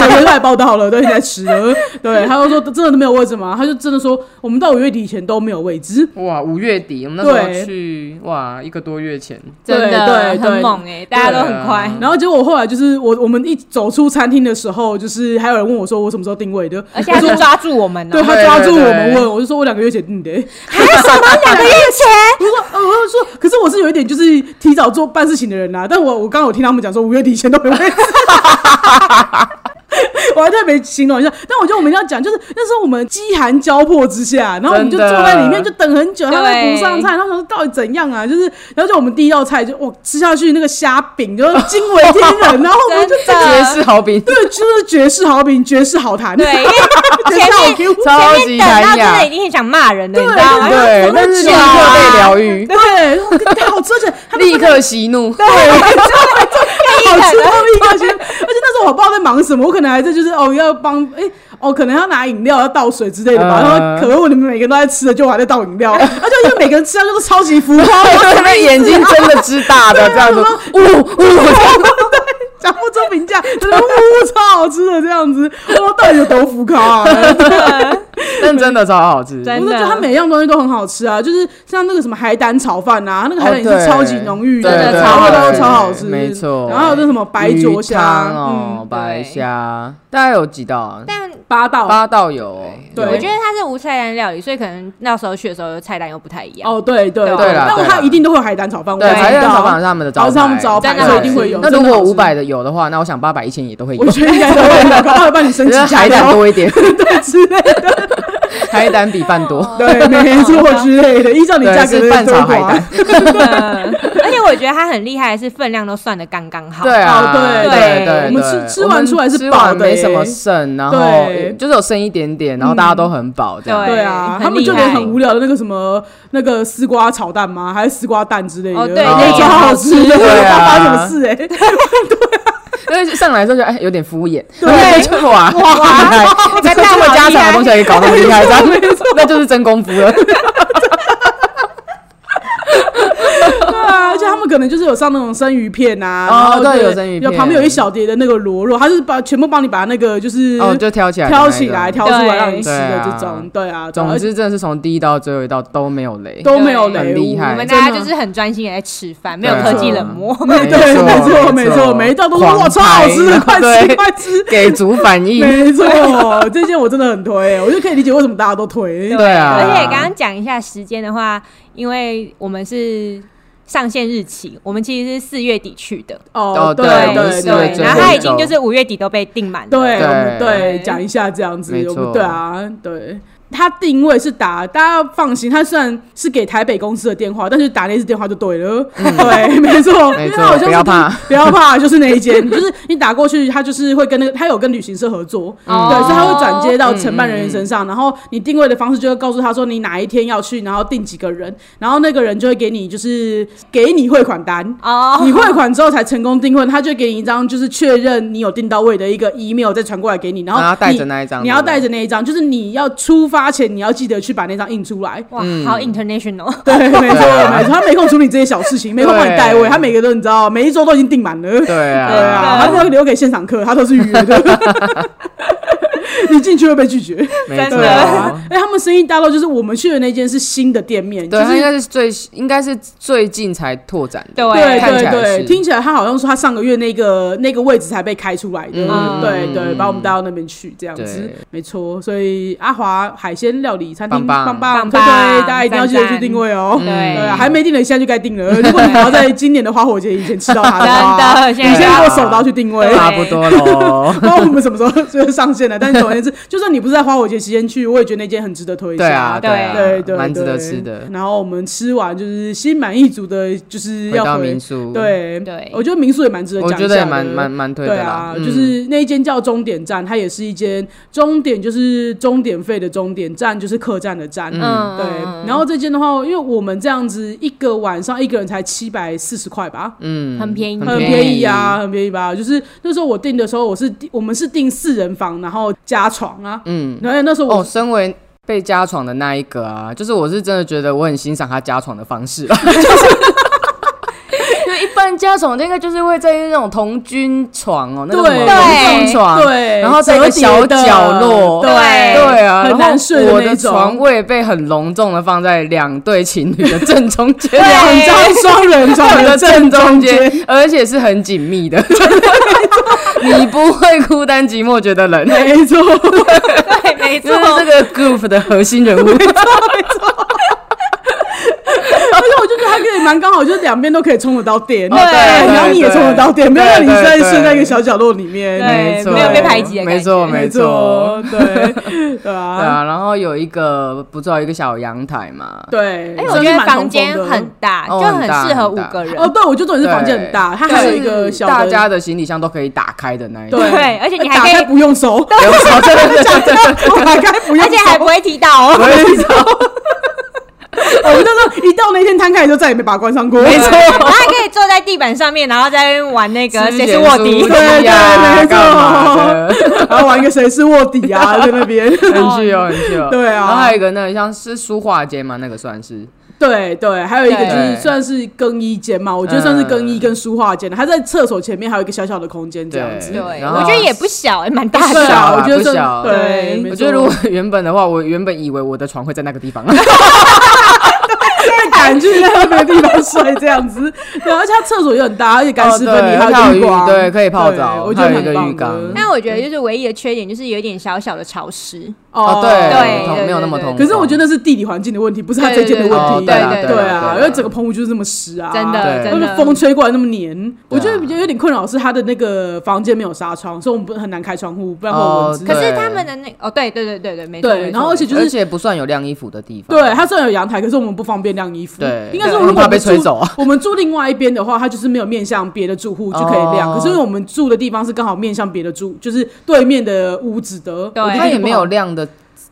有人来报道了，对，你在迟了。对，他就说真的都没有位置吗？他就真的说我们到五月底以前都没有位置。哇，五月底我们那时对候去，哇，一个多月前，对真的对对很猛哎，大家都很快。然后结果后来就是我我们一走出餐厅的时候，就是还有人问我说我什么时候定位的，而且他我是说抓住我们呢、对喔，他抓住我们对对对问，我就说我两个月前定的、 (laughs) 还有什么 (laughs) 两个月前？我说，呃，我就说，可是我是有一点就是提啊早做办事情的人啦、但我我刚刚有听他们讲说，五月底以前都没位置。 (laughs) 我还特别形容一下，但我觉得我们一定要讲，就是那时候我们饥寒交迫之下，然后我们就坐在里面真的就等很久，他们对不上菜，然后想说到底怎样啊？就是，然后就我们第一道菜就哇吃下去那个虾饼就是惊为天 (laughs) 人，然后我们就真绝的世好饼， (laughs) 对，就是绝世好饼，绝世好谈， (laughs) 对，因为绝世好 Q，超前级面等到难真的啊雅已，经很想骂人了，你知道吗？对，但是立刻被疗愈，对，然后太好吃，而且他们立刻息怒，好吃到立刻去，而且那时候我不知道在忙什么，我可能还在就是哦要帮哎、哦可能要拿饮料要倒水之类的吧，嗯然后可恶你们每个人都在吃的，就我还在倒饮 (laughs) 料，而且因为每个人吃下去都超级浮夸，对，那眼睛睁的之大的这样子， (laughs) 呜呜，讲不出评价，真的呜超好吃的这样子，我到底有多浮夸 (laughs) 啊？但真的超好吃，真我就觉得它每样东西都很好吃啊，就是像那个什么海胆炒饭啊，那个海胆也哦对是超级浓郁的，对对然后对都超好吃，没错然后还有那什么白灼虾，鱼汤哦嗯，，白虾，大概有几道啊？但八道八道有哦，对我觉得它是无菜单料理，所以可能那时候去的时候菜单又不太一样。哦，对对对啦但对啦它一定都会有海胆炒饭，对，我知道海鲜炒饭是他们的招牌，哦是他们招牌对所以一定会有那如真的果好吃五百的有的话，那我想八百一千也都会有我，觉 (laughs) 得应该都会有，搞不好帮你升只级是加海胆料多一点，对之类的，海胆比饭多，对，没错之类的，依照你啊对，价格是来饭推炒海广胆。，嗯而且我觉得它很厉害，的是分量都算的刚刚好。 (laughs) 对啊，哦对对对对，我们对吃吃完出来是我们吃饱的完欸没什么剩，然后对就是有剩一点点，然后大家都很饱这样。对啊，很他们就厉害连很无聊的那个什么那个丝瓜炒蛋吗？还是丝瓜蛋之类的，啊哦对那那个超个好吃的，不知对道啊发生什么事哎，因为上来的时候就哎有点敷衍，对然后就哇 (laughs) 哇，这这么家常的东西可以搞那么厉害，(laughs) 这样那就是真功夫了。对啊，而且他们可能就是有上那种生鱼片啊，然后哦对就有生鱼有片旁边有一小碟的那个螺肉，他就是把全部帮你把那个就是哦，就挑起来，挑嗯起来，。挑出来对让你吃的这对啊种，对啊，对啊总而且之真的是从第一道到最后一道都没有雷，都没有雷对很厉屋害我们真的大家就是很专心的在吃饭，没有对啊科技冷漠。对， (laughs) 没错，没错，每一道都是哇，超好吃的， (laughs) 快吃，快 (laughs) 吃，给足反应，没错，这件我真的很推，我就可以理解为什么大家都推。对啊，而且刚刚讲一下时间的话，因为我们是上线日期，我们其实是四月底去的，哦，对对对四月对，最然后后一它周已经就是五月底都被订满了。对，对我们对对讲一下这样子没，我们错对啊，对。它定位是打，大家放心，它虽然是给台北公司的电话，但是打那支电话就对了。对，没错，因嗯没为它错好，像不是要怕，不要怕，就是那一间， (laughs) 就是你打过去，他就是会跟那个，他有跟旅行社合作，哦对，所以他会转接嗯到承办人员身上，然后你定位的方式就会告诉他说你哪一天要去，然后定几个人，然后那个人就会给你就是给你汇款单。哦，你汇款之后才成功订婚，他就给你一张就是确认你有订到位的一个 email 再传过来给你，然后然后带着你那一张啊你要带着那一张，就是你要出发前你要记得去把那张印出 (laughs) 来。哇，好 international，对，没错，没对啊错，他没空处理这些小事情，没空帮你带位，对他每个都你知道，每一周都已经订满了。对对啊，啊，他都留给现场客，他都是预约 (laughs) 的。你进去会被拒绝，没错真对啊的。哎，他们生意大到就是我们去的那间是新的店面，就对，他应是该是最应该是最近才拓展的，对看起对来对，是听起来他好像说他上个月那个那个位置才被开出来的，嗯对对，嗯把我们带到那边去这样子对，没错。所以阿华海鲜料理餐厅棒棒棒棒，棒嗯对对，大棒家一定要记得去定位哦。对，对啊，还没定的，现在就该定了。如果你还要在今年的花火节以前吃到它 (laughs) 真话，的，你现现在在要如果手刀去定位，对差不多喽。不知道我们什么时候就是上线了，但是总而言之，就算你不是在花火节期间去，我也觉得那间很值得推一下。对啊，对 (laughs) 啊对对，蛮值对得吃的。然后我们吃完就是心满意足的，就是回要到回民。宿，，对对我觉得民宿也蛮值得讲我一下的。觉得也蛮蛮蛮推对的啦啊，，嗯就是那一间叫终点站，它也是一间终点，就是终点费的终点站，就是客栈的站。嗯对，然后这间的话，因为我们这样子一个晚上一个人才七百四十块吧，嗯很便宜很便宜啊，很便宜吧？就是那时候我订的时候，我是订我们是订四人房，然后加床啊。嗯，然后那时候我、哦，身为被加床的那一个啊，就是我是真的觉得我很欣赏他加床的方 (laughs) 式啦，就是因为一般加床应该就是会在那种童军床哦，那种什对么龙凤床，对，然后在一个小角落折叠的对对对啊，很然后难睡的我那的床种。位被很隆重的放在两对情侣的正中间，对，两很张双人我床的正中中间，， (laughs) 而且是很紧密 (laughs) 的，你不会孤单寂寞觉得冷，没错，对，没这是这个 (laughs) group 的核心人物。而且我就觉得它可以蛮刚好，就是两边都可以充得到电，对 (laughs) 然后你也充得到电，没有让你对在对睡在一个对小角落里面，对没错，没有被排挤的感觉没错，没错。，对对对 (laughs) 啊，啊，然后有一个不知道一个小阳台嘛，对，哎，算我是觉得蛮房通风间的很大，就哦很很大适合五很大个人。哦，对，我就重点是房间很大，它还有对一个小大的家的行李箱都可以打开的那一种，对对，而且你还打可开以，不用收，不用说 (laughs) 真的真的真 (laughs) 的打开不用而且还不收。会提到 (laughs) 哦。我跟你说，我们哦那时候一到那天摊开就再也没把它关上过，没错然后还可以坐在地板上面，然后在那边玩那个谁是卧底 (laughs) 吃咸酥，鸡对啊对没错干 (laughs) 嘛的 (laughs) 然后玩一个谁是卧底 (laughs) 啊，在那边。 (laughs) 很具有，很具有。对啊然后还有一个那个像是书画间嘛，那个算是对对，还有一个就是对嗯算是更衣间嘛，我觉得算是更衣跟书画间的，它在厕所前面还有一个小小的空间这样子。对，然后我觉得也不小，也蛮大不小的。小，啊我觉得不算小对，对没我错觉得如果原本的话，我原本以为我的床会在那个地方，太赶去在那个地方睡这样 (laughs) 子，对，而且它厕所也很大，而且干湿分离，哦对还有浴缸，它有浴对可以泡澡对我觉得还蛮有一个棒浴缸的但我觉得就是唯一的缺点就是有点小小的潮湿，哦， (laughs) 对通对没有那么对通风。可是我觉得那是地理环境的问题，不是它这件的问题。对对对对对对对啊，对因为整个棚屋就是这么湿啊，真的对那真个的风吹过来那么黏，我觉得对啊比较有点困扰是它的那个房间没有纱窗，所以我们不很难开窗户，不然会有蚊子。哦可对是他们的那哦，对对对对对，没错。对没错然后而且就是而且不算有晾衣服的地方，对，它虽然有阳台，可是我们不方便晾衣服。对应该说对如果我怕被们吹住走啊我们住另外一边的话，它就是没有面向别的住户就可以晾。哦可是因为我们住的地方是刚好面向别的住，就是对面的屋子的，对我就它也不没好有晾的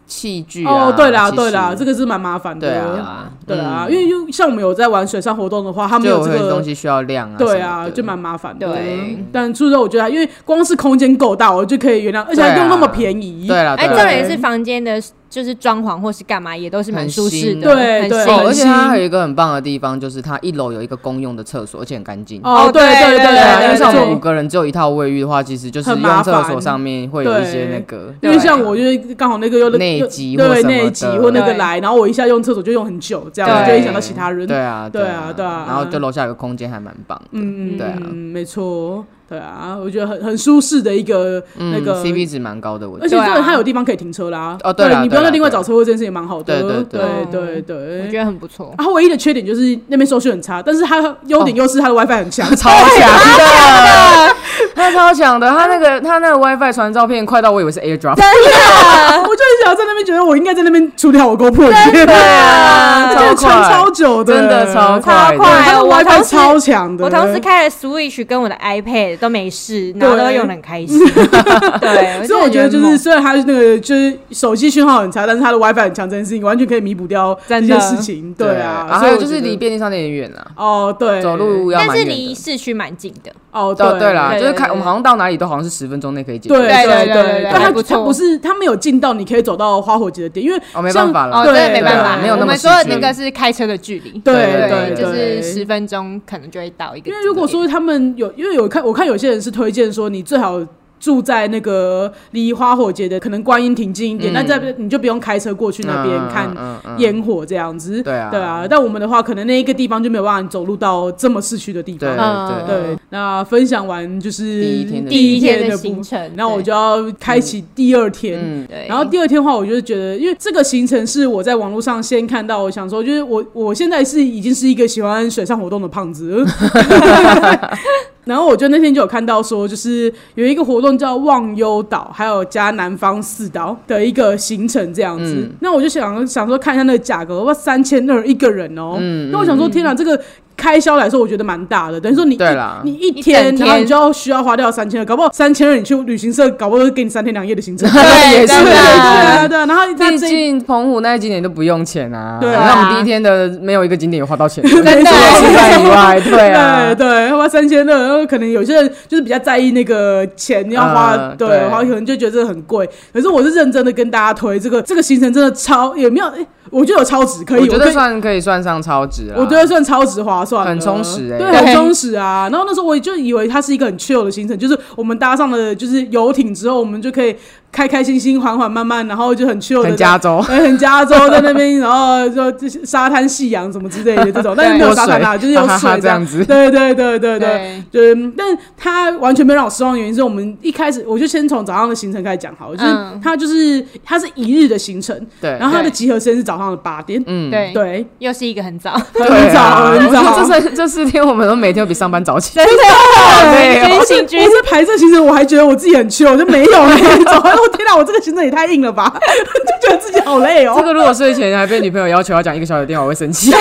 器具啊。哦，对啦，其实对啦，这个是蛮麻烦的。对啊啊，，对啊，因为又像我们有在玩水上活动的话，他就们有有这些东个。西需要晾啊什么的。对啊，就蛮麻烦的。对，但除此之外，我觉得因为光是空间够大，我就可以原谅，而且还对啊用那么便宜。对啦，哎，对啦重点是房间的，就是装潢或是干嘛也都是蛮舒适的，很新对对很哦，而新。且它还有一个很棒的地方，就是它一楼有一个公用的厕所，而且很干净。哦，哦对对对对对对啊，因为没像我们五错。个人只有一套卫浴的话，其实就是很麻用烦厕所上面会有一些那个，啊因为像我就是刚好那个又内又急或对什么内的急或那个对来，然后我一下用厕所就用很久，这样对就影响到其他人。对啊，对啊啊，对啊然后就楼下有个空间还蛮棒的，嗯，对啊嗯，没错，对啊，我觉得很很舒适的一个嗯那个 CP 值蛮高的，我觉而 (laughs) 得。且对啊这个它有地方可以停车啦。哦对啦你不用对再啦另外找车位，这件事也蛮好的。对对对哦对对对我觉对。得很不错。啊，唯一的缺点就是那边收讯很差，但是它优哦点又是它的 WiFi (laughs) 很强。超强的，他超强的，他那个他那个 WiFi 传照片快到我以为是 AirDrop，啊 (laughs) 我就很想在那边觉得我应该在那边处理好我 GoPro 影片，(laughs) 啊真的超传快超久真的的超 (laughs) 快超对的快哦它的我 WiFi 同事超强的。我同时开了 Switch 跟我的 iPad 都没事，然后都用的很开心。对，所以我觉得就是，猛虽然它那个就是手机讯号很差，但是它的 WiFi 很强，这件事情完全可以弥补掉这真件的事情。对啊，然所后还以有我就是觉得离便利商店也远啦，哦对，走路要但蛮是远离的。市区蛮近的，哦哦，对啦，对就是对开对我们好像到哪里都好像是十分钟内可以解决。对对对对对但它还不它错不是它没有近到你可以走到花火节的点，因为哦，没像办法哦，了，真对的没办对法。没有那我么们说的实际那个是开车的距离，对对对，就是对十分钟可能就会到一个之因类为的。如果说他们有，因为有看我看有些人是推荐说你最好。住在那个离花火节的可能观音亭近一点，嗯那、这你就不用开车过去那边看演，烟火这样子。嗯对啊，对啊，但我们的话，可能那一个地方就没有办法走路到这么市区的地对方。嗯对呃对，那分享完就是第一天的第第一一天天的部行分，程，那我对就要开启第二天。嗯，对，然后第二天的话，我就是觉得，因为这个行程是我在网络上先看到，我想说，就是我我现在是已经是一个喜欢水上活动的胖子， (laughs) 然后我就那天就有看到说，就是有一个活动叫忘忧岛，还有加南方四岛的一个行程这样子。嗯那我就想想说看一下那个价格，哇，三千二一个人哦、那我想说，天哪，这个开销来说，我觉得蛮大的。等于说你一对啦你一天，一整天然后你就要需要花掉三千二，搞不好三千二你去旅行社，搞不好就给你三天两夜的行程。对也是 (laughs) 真对的啊，对啊，然后他毕这一竟澎湖那些景点都不用钱啊，对啊那我们第一天的没有一个景点有花到钱，真真的吃饭以外，对啊对，对，花三千二，然后可能有些人就是比较在意那个钱要花，呃对，对然后可能就觉得这很贵。可是我是认真的跟大家推这个这个行程，真的超也没有，诶我觉得有超值，可以，我我觉可得以算可以算上超值了，我觉得算超值划算的，很充实欸对，很充实啊。然后那时候我也就以为它是一个很 chill 的行程，就是我们搭上了就是游艇之后，我们就可以开开心心、缓缓慢慢，然后就很 chill 很的加 (laughs) 州。对，很加州在那边，然后就这些沙滩、夕阳什么之类的这种，但是没有沙滩啊，就是有哈哈哈水这样子对对对对对，对，就是，但他完全没有让我失望的原因是我们一开始我就先从早上的行程开始讲好了，就是嗯他就是他是一日的行程，对，然后他的对集合时间是早上的八点，嗯，对， (laughs) 对，又是一个很早，很对早啊很早， (laughs) 这是这四天我们都每天都比上班 (laughs) 早起。真的对跟我是行军我是排这行程，我还觉得我自己很缺，我就没有欸那一种。 (laughs) 我天哪，我这个行程也太硬了吧， (laughs) 就觉得自己好累这哦。个如果睡前还被女朋友要求要讲一个小时的电话，我会生气。 (laughs)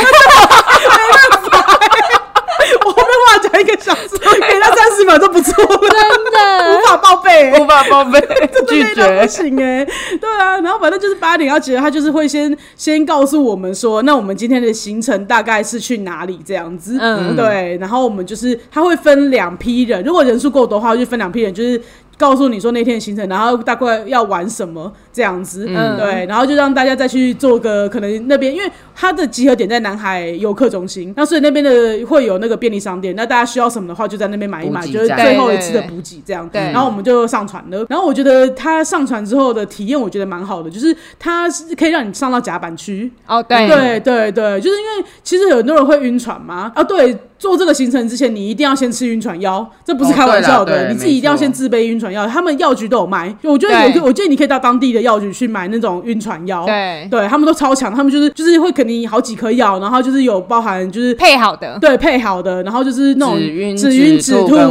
我后面话讲一个小时，给他三十秒就不错了，真的无法报备、无法报备，拒 (laughs) 真的累到绝不。行哎、对啊，然后反正就是八点要结，他就是会先先告诉我们说，那我们今天的行程大概是去哪里这样子，嗯对，然后我们就是他会分两批人，如果人数够多的话，就分两批人，就是告诉你说那天的行程，然后大概要玩什么这样子，嗯对，然后就让大家再去做个可能那边，因为它的集合点在南海游客中心，那所以那边的会有那个便利商店，那大家需要什么的话就在那边买一买，补给就是站最后一次的对对对补给这样，对然后我们就上传了，然后我觉得它上传之后的体验，我觉得蛮好的，就是它是可以让你上到甲板区，哦，对对对对，就是因为其实很多人会晕船嘛，啊，对，做这个行程之前，你一定要先吃晕船药，这不是哦开玩对啦笑的，对你自己一定要没错先自备晕船药，他们药局都有卖，我觉得有一个，对我建议你可以到当地的药局去买那种晕船药，对，对他们都超强，他们就是就是会给你好几颗药，然后就是有包含就是。配好 (laughs) 的，对，配好的，然后就是那种止晕止晕、止止吐吐、跟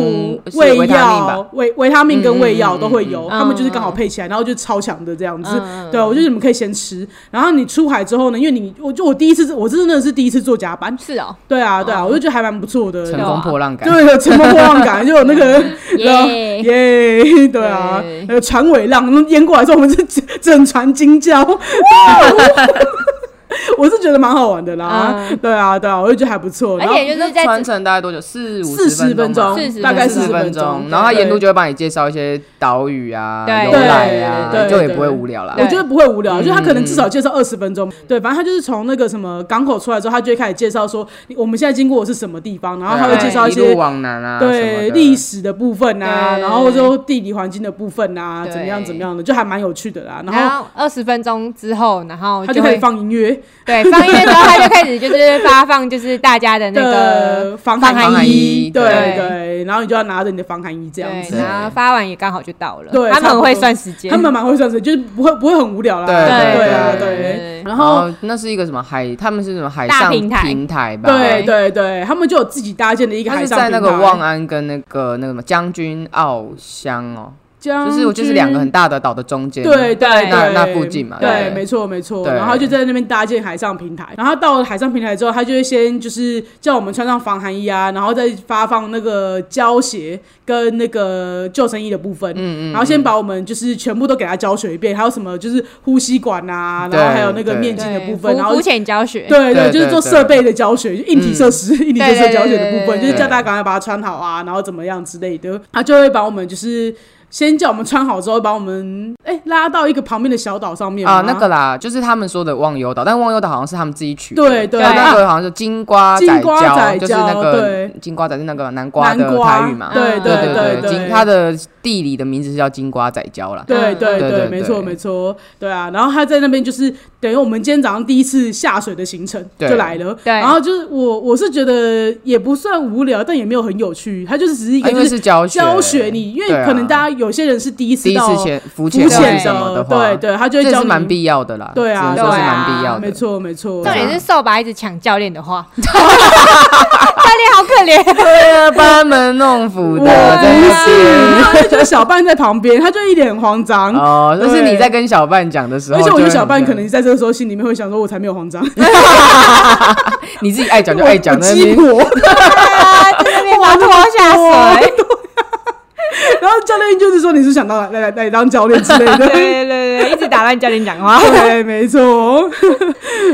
是胃维他命吧药、维维他命跟胃药嗯嗯都会有，嗯他们就是刚好配起来，然后就超强的这样子。嗯对，我觉得你们可以先吃，然后你出海之后呢，因为你，我就我第一次，我真的是第一次做甲板，是哦，对啊，对啊，我就觉得还蛮不错的，乘风破浪感，对，有乘风破浪感，就有那个嗯 (laughs) 耶耶，对啊对，呃，船尾浪那淹过来之后，我们是整整船惊叫， (laughs) 我是觉得蛮好玩的啦，嗯对啊，对啊，我就觉得还不错，而然后且就是在船程大概多久？四五四十分分钟吧40，大概40四十分钟，然后他对沿路就会帮你介绍一些岛屿啊、对游览对啊，对就对也不会无聊啦我对。觉得不会无聊，嗯就他可能至少介绍二十分钟。对，反正他就是从那个什么港口出来之后，他就会开始介绍说你我们现在经过的是什么地方，然后他会对介绍一一些路。往南啊，什对么的历。史的部分啊，对然后就地理环境的部分啊，对怎么样怎么样的，就还蛮有趣的啦。然然后后二十分钟之后，然后他就开会始放音乐，对放音乐之后，他就开始就是发放就是大家的那个的防防寒寒衣，衣对对对，然后你就要拿着你的防寒衣这样对，子。然后发完也刚好就到了，对他们差不很会多算时间，他们蛮会算是，就是不会不会很无聊啦。对对对啊对对对对。然然后后那是一个什么海？他们是什么海大上平台平台吧？对对对，他们就有自己搭建的一个它海是上在那个啊平台望安跟那个那个什么将军澳乡哦，将就是我就是两个军很大的岛的中间。对对对，那那附近嘛对，对没错没错。对然后就在那边搭建海上平台，然后到了海上平台之后，他就会先就是叫我们穿上防寒衣啊，然后再发放那个胶鞋跟那个救生衣的部分，嗯嗯，然后先把我们就是全部都给他教学一遍，还有什么就是呼吸管啊，然后还有那个对面对筋的部分，浮然后浮潜教学，对对对，就是对做对嗯设备的教学，就硬体设施、 (laughs) 硬体设施的教学的部对对分，对就是叫对大家赶快把它穿好啊，然后怎么样之类的，他就会把我们就是。先叫我们穿好之后，把我们哎、拉到一个旁边的小岛上面啊，吗那个啦，就是他们说的忘忧岛，但忘忧岛好像是他们自己取的。对对然后那啊个好像是金瓜金仔瓜仔胶，就是那胶个对金瓜仔是那个南瓜南的瓜，台语嘛。对嗯对对对金它的地理的名字是叫金瓜仔胶啦。对嗯对对对，对没错对没错，对啊。然后他在那边就是等于我们今天早上第一次下水的行程对就来了，对然后就是我我是觉得也不算无聊，但也没有很有趣，他就是只是一啊个因就为是是教学，教学你，因为对啊可能大家有些人是第一次第一到次潜浮浮潜潜什么的，话，对对，他就会这也教是你蛮必要的啦。对啊只能说是对啊蛮必要的。没错没错，重点对啊是瘦吧一直抢教练的话，教练好可怜，对啊，把他们弄我腐不的，啊真的是，然后就觉得小半在旁边，他就一脸很慌张。哦，对就是你在跟小伴讲的时而候就且会我很觉这得小样，半可能在这个时候心里面会想说，我才没有慌张，你自己爱讲就爱讲，我那鸡边婆。啊，在那边把他拖下水， (laughs) 然后教练就是说，你是想到来来来当教练之类对 (laughs) 的。对对对，一直打乱教练讲话。对，没错。 (laughs)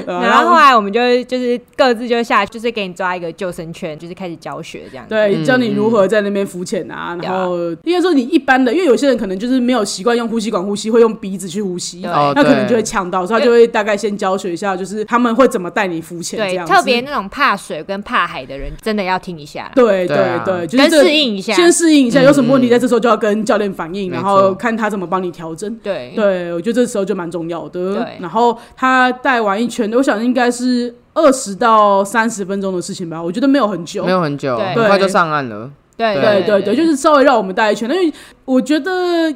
啊然后后来我们就就是各自就下，就是给你抓一个救生圈，就是开始教学这样子。对，嗯教你如何在那边浮潜啊，对然啊后应该说你一般的，因为有些人可能就是没有习惯用呼吸管呼吸，会用鼻子去呼吸，对那哦可能对就会呛到，所以他就会大概先教学一下，就是他们会怎么带你浮潜这对，样子。特别那种怕水跟怕海的人，真的要听一下啦。对对啊嗯对对，就是跟这适应一下先适应一下，有什么问题在这时候就要跟教练反反应，没然错后看他怎么帮你调整。对对，我觉得这时候就蛮重要的对。然后他带完一圈，我想应该是二十到三十分钟的事情吧，我觉得没有很久没。有很久，对很快就上岸了。对对对对，就是稍微让我们带一圈，因为我觉得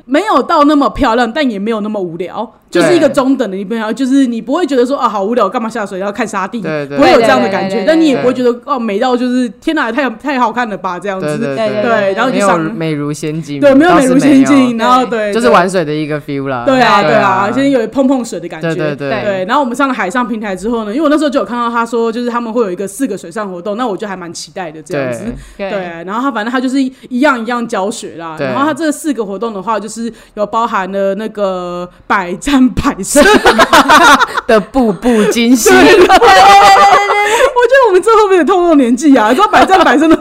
没有到那么漂亮，但也没有那么无聊，就是一个中等的一边，就是你不会觉得说啊好无聊，干嘛下水要看沙地，对对不会有这样的感对对对觉对，但你也不会觉得哦美到就是天哪，太太好看了吧这样对子，对对对，对，然后你没就有上美如仙境，对没有倒美是如仙有境，然后对对就是。玩水的一个 feel 啦。对对啊，对对啊，先有碰碰水的感觉，对对对对，然后我们上了海上平台之后呢，因为我那时候就有看到他说，就是他们会有一个四个水上活动，那我就还蛮期待的这样子对。对对，然后他反正他就是一样一样教学啦。对然后他这四个活动的话，就是有包含了那个百战百 (laughs) 胜。的步步惊心，我觉得我们这会不会也透露年纪啊？知道百战百胜的，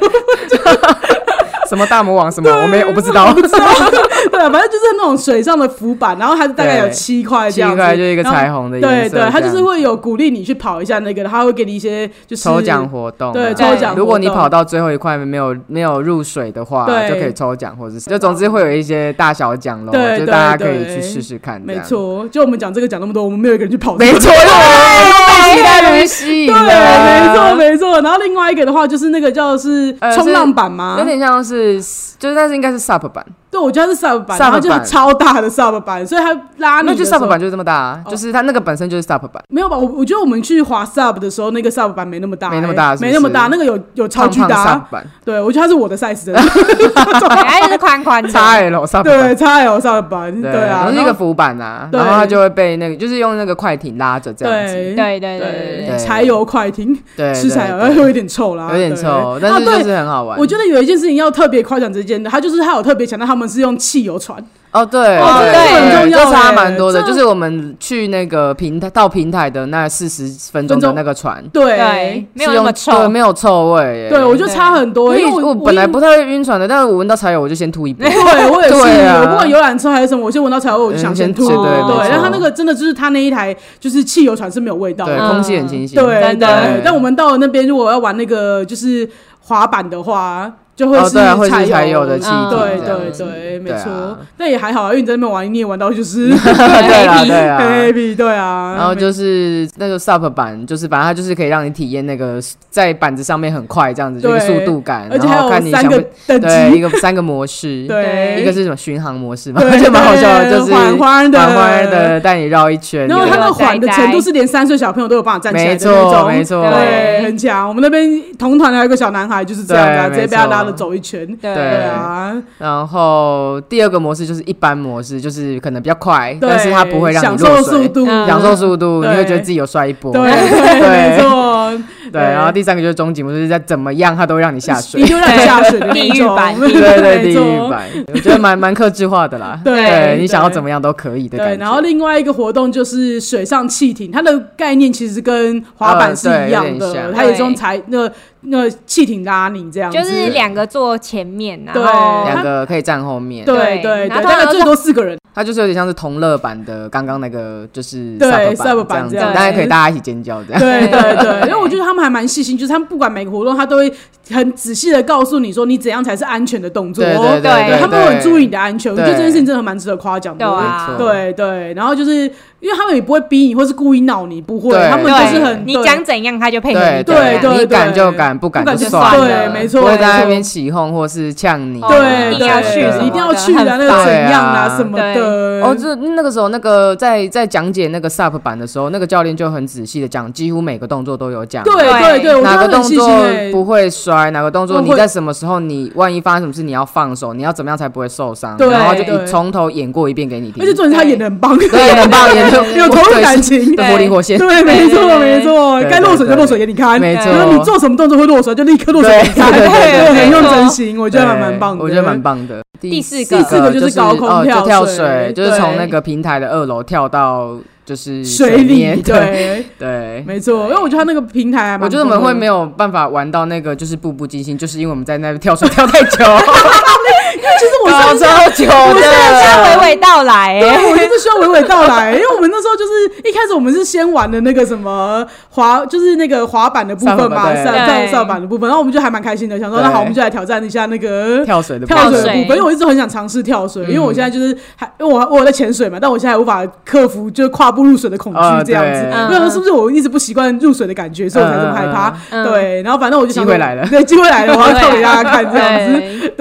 什么大魔王什么，我没我不知道， (laughs) 不知道。 (laughs) 对啊，反正就是那种水上的浮板，然后它大概有七块这奇样子，怪就一个然后彩虹的对颜色这对，样，他就是会有鼓励你去跑一下那个，他会给你一些就是抽奖活动啊，对抽奖活动如果你跑到最后一块没有没有入水的话，对就可以抽奖，或者是就总之会有一些大小奖咯，对就大家可对以对去试试看，没，错，就我们讲这个讲那么多，我们没有一个人去跑这没个。错，因为我被其他人吸引对，了，没错，没错。然后另外一个的话，就是那个叫是呃冲是浪板吗？有点像是就是但是应该是 SUP 版，对，我觉得它是 sub 版， Sub 然后就是版超大的 sub 版，所以它拉你那的就时候 SUP 版就是这么大啊，哦就是它那个本身就是 SUP 版，没有吧？我我觉得我们去滑 sub 的时候，那个 sub 版没那么大欸、没那么大是不没那么是大，那个有有超胖巨胖大。啊 SUP 版对，我觉得它是我的 size (laughs) 的， (laughs) 哎，就是宽宽的， ，XL SUP 版对，。，XL sub 版，对然啊，后然是一后个浮板啊，对然后它就会被那个，就是用那个快艇拉着这样子，对对对对对对对，柴油快艇，对，吃柴对油对 (laughs) 会有点臭啦，有点对臭，但是啊就对是很好玩。我觉得有一件事情要特别夸奖这件的，他就是他有特别强调他们是用汽油船，哦，对，哦对这个很重要这差欸蛮多的。这就是我们去那个平台到平台的那四十分钟的那个船，对对，没有是那用么臭，对，没有臭味耶。对，我觉得差很多，因为因为我本来不太会晕船的，但是我闻到柴油我就先吐一 (laughs) 波。对，我也是， (laughs) 对啊我不管游览车还是什么，我先闻到柴油味，我就想先吐。嗯先对没错但他那个真的就是他那一台就是汽油船是没有味道对，的。嗯空气很清新。对真的对但我们到了那边，如果要玩那个就是滑板的话，就会哦，是对啊，会是柴柴油的气体嗯这对样子。对子对，没对啊错。但也还好啊，因为你在那边玩，你也玩到 (laughs) 就是对啊，对啊。 happy，对啊。然后就是那个 SUP 版，就是反正它就是可以让你体验那个在板子上面很快这样子，就对是速度感，而且然还后看有你三想个不等对一级，个三个模式， (laughs) 对，一个是什么巡航模式嘛，对 (laughs) 就蛮好笑的，对就是缓缓的缓缓的带你绕一圈，然后对他它那个缓的程度是连三岁小朋友都有办法站起来没的那错种，没错，对，很强。我们那边同团还有一个小男孩就是这样的、啊，对直接被他没错拉着走一圈。对对啊，然后第二个模式就是一般模式，就是可能比较快，对，但是它不会让享你落受水速，度，嗯享受速度，对你会觉得自己有摔一波，对，对没错，对。然后第三个就是终极模式，就是在怎么样它都会让你下水你，就让你下水的那地狱种版对对对，地没狱错版，我觉得蛮蛮克制化的啦， (laughs) 对你对想要怎么样都可以的感对，觉。然后另外一个活动就是水上汽艇，它的概念其实跟滑板是一样呃对有的，点像它也是用柴那那汽艇拉你这样子，就是两个坐前面，啊哦然对后两个可以站后面，对对对，然后大通常概都是最多四个人， (laughs) 它就是有点像是同乐版的刚刚那个，就是对 sub sub 版这这样子样子，大家可以大家一起尖叫这样。对对对，因为我觉得他们还蛮细心，就是他们不管每个活动，他都会很仔细的告诉你说你怎样才是安全的动作。对对对对对，他们都很注意你的安全，我觉得对这件事情真的蛮值得夸奖的。对啊没错对对，然后就是因为他们也不会逼你，或是故意闹你，不会，对他们就是对，很你对讲怎样他就配合你啊对怎样，对你对敢就敢，不敢不敢就就算算了，了没错不会在那没错边起哄或是呛你，啊对，一定要对去什一么定要的去的很那个烦怎样啊对啊什么的。哦，这那个时候，那个在在讲解那个 SUP 版的时候，那个教练就很仔细的讲，几乎每个动作都有讲。对对 (laughs) 对，我觉哪得个他动很细作心哎。不会摔，哪个动作不你会在什么时候你万一发生什么事你要放手，你要怎么样才不会受伤，对然后就一对从头演过一遍给你听而且。重点是他演的很棒，对，演得很棒，演的 (laughs) 有投入感情。的活灵活现。对，没错没错，对该落水就对落水给你看，没然后错，你做什么动作会落水，就立刻落水给你看，哎对对对对很用没错真心，我觉得还蛮棒的，我觉得蛮棒的。第四个第四个就是高空哦就跳跳水水，就是对从那个平台的二楼跳到就是水面里对对，对。没错，因为我觉得他那个平台还蛮，我觉得我们会没，有办法玩到那个就是步步惊心，就是因为我们在那边跳水跳太久，其实 (laughs) 我搞是超久不是的，他娓娓道来、欸，哎 (laughs) 对，我就是需要娓娓道来，哎因为我们那时候就是一开始我们是先玩的那个什么滑，就是那个滑板的部分嘛，上上板对上上板的部分，然后我们就还蛮开心的，想说对那好，我们就来挑战一下那个跳水的嗯部分跳水的水部分，因为我一直很想尝试跳水，因为我现在就是还因为我我有在潜水嘛，但我现在还无法克服就是跨步入水的恐惧啊这样对子，我想说是不是我一直不习惯入水的感觉，所以我才这么害怕嗯嗯嗯。对，然后反正我就想说机会来了对，机会来了，我要跳给大 (laughs) 家看这样子。对，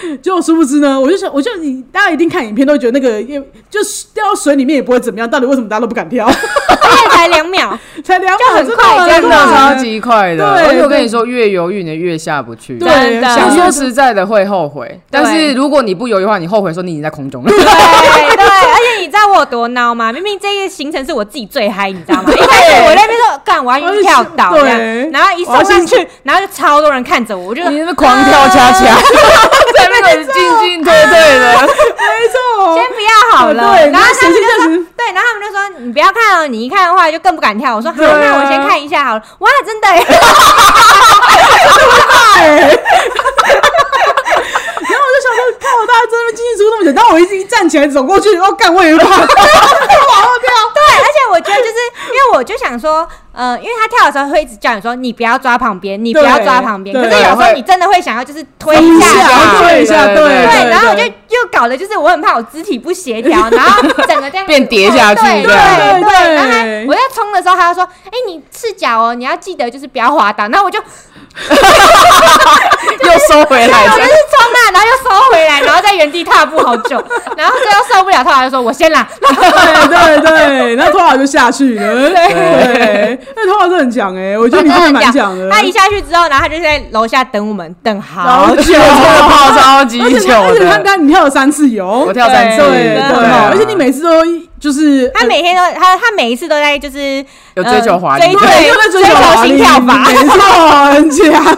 对，结果殊不知呢，我就想，我就你大家一定看影片都会觉得那个，也就是掉到水里面也不会怎么样，到底为什么大家都不敢跳？而且才两秒，才两就秒，很真的快很这样真的快超级快的。啊对而且我跟对你说，越犹豫你越下不去。对啊真的想说说实在的会后悔，但是如果你不犹豫的话，你后悔说你已经在空 (laughs) 中了。对对，而且你知道我有多孬 (laughs) 吗？明明这个行程是我自己最嗨，你知道吗？一开始我在那边说干，我要去跳岛这样，对然后一送上去，然后就超多人看着我，我就你那边狂跳恰恰， (laughs) 在那边进进退退的，没先错，不要好了。对，然后他神们经就说，就是对，然后他们就说你不要看哦，你一看的话就更不敢跳。我说好，对啊那我先看一下好了。哇，真的 (laughs) 耶，然后我就想说，看我大家真的进进出出那么久，然后我一直一站起来走过去，然后干我也怕，往后跳， (laughs) 对，而且我觉得就是因为我就想说，呃，因为他跳的时候会一直叫你说你不要抓旁边，你不要抓旁边。可对是有时候你真的会想要就是推一一下，下。然后对一下，对对哎对对，然后我就又搞得就是我很怕我肢体不协 (laughs) 调，然后整个这样哦变跌下去对对这样对对然后他我在冲的时候，他就说：“哎，你赤脚哦，你要记得就是不要滑倒。”然后我就又收回哎来啊我就了是。冲那，然后又收回来，然后在原地踏步好 (laughs) 久，然后最后受不了，他就说：“我先啦。对对对，然后头发就下去了，对，那头发真的很强哎，我觉得你真的蛮强” (laughs) 的，他一下去之后，然后他就在楼下等我们，等好久。真的泡超级 (laughs) 而且久他而且他的，他你跳了三次油，我跳三次，对对对真而且你每每次都就是他每天都他他每一次都在就是有追求华丽呃追对对又在追求华丽追求心跳法没错，很强。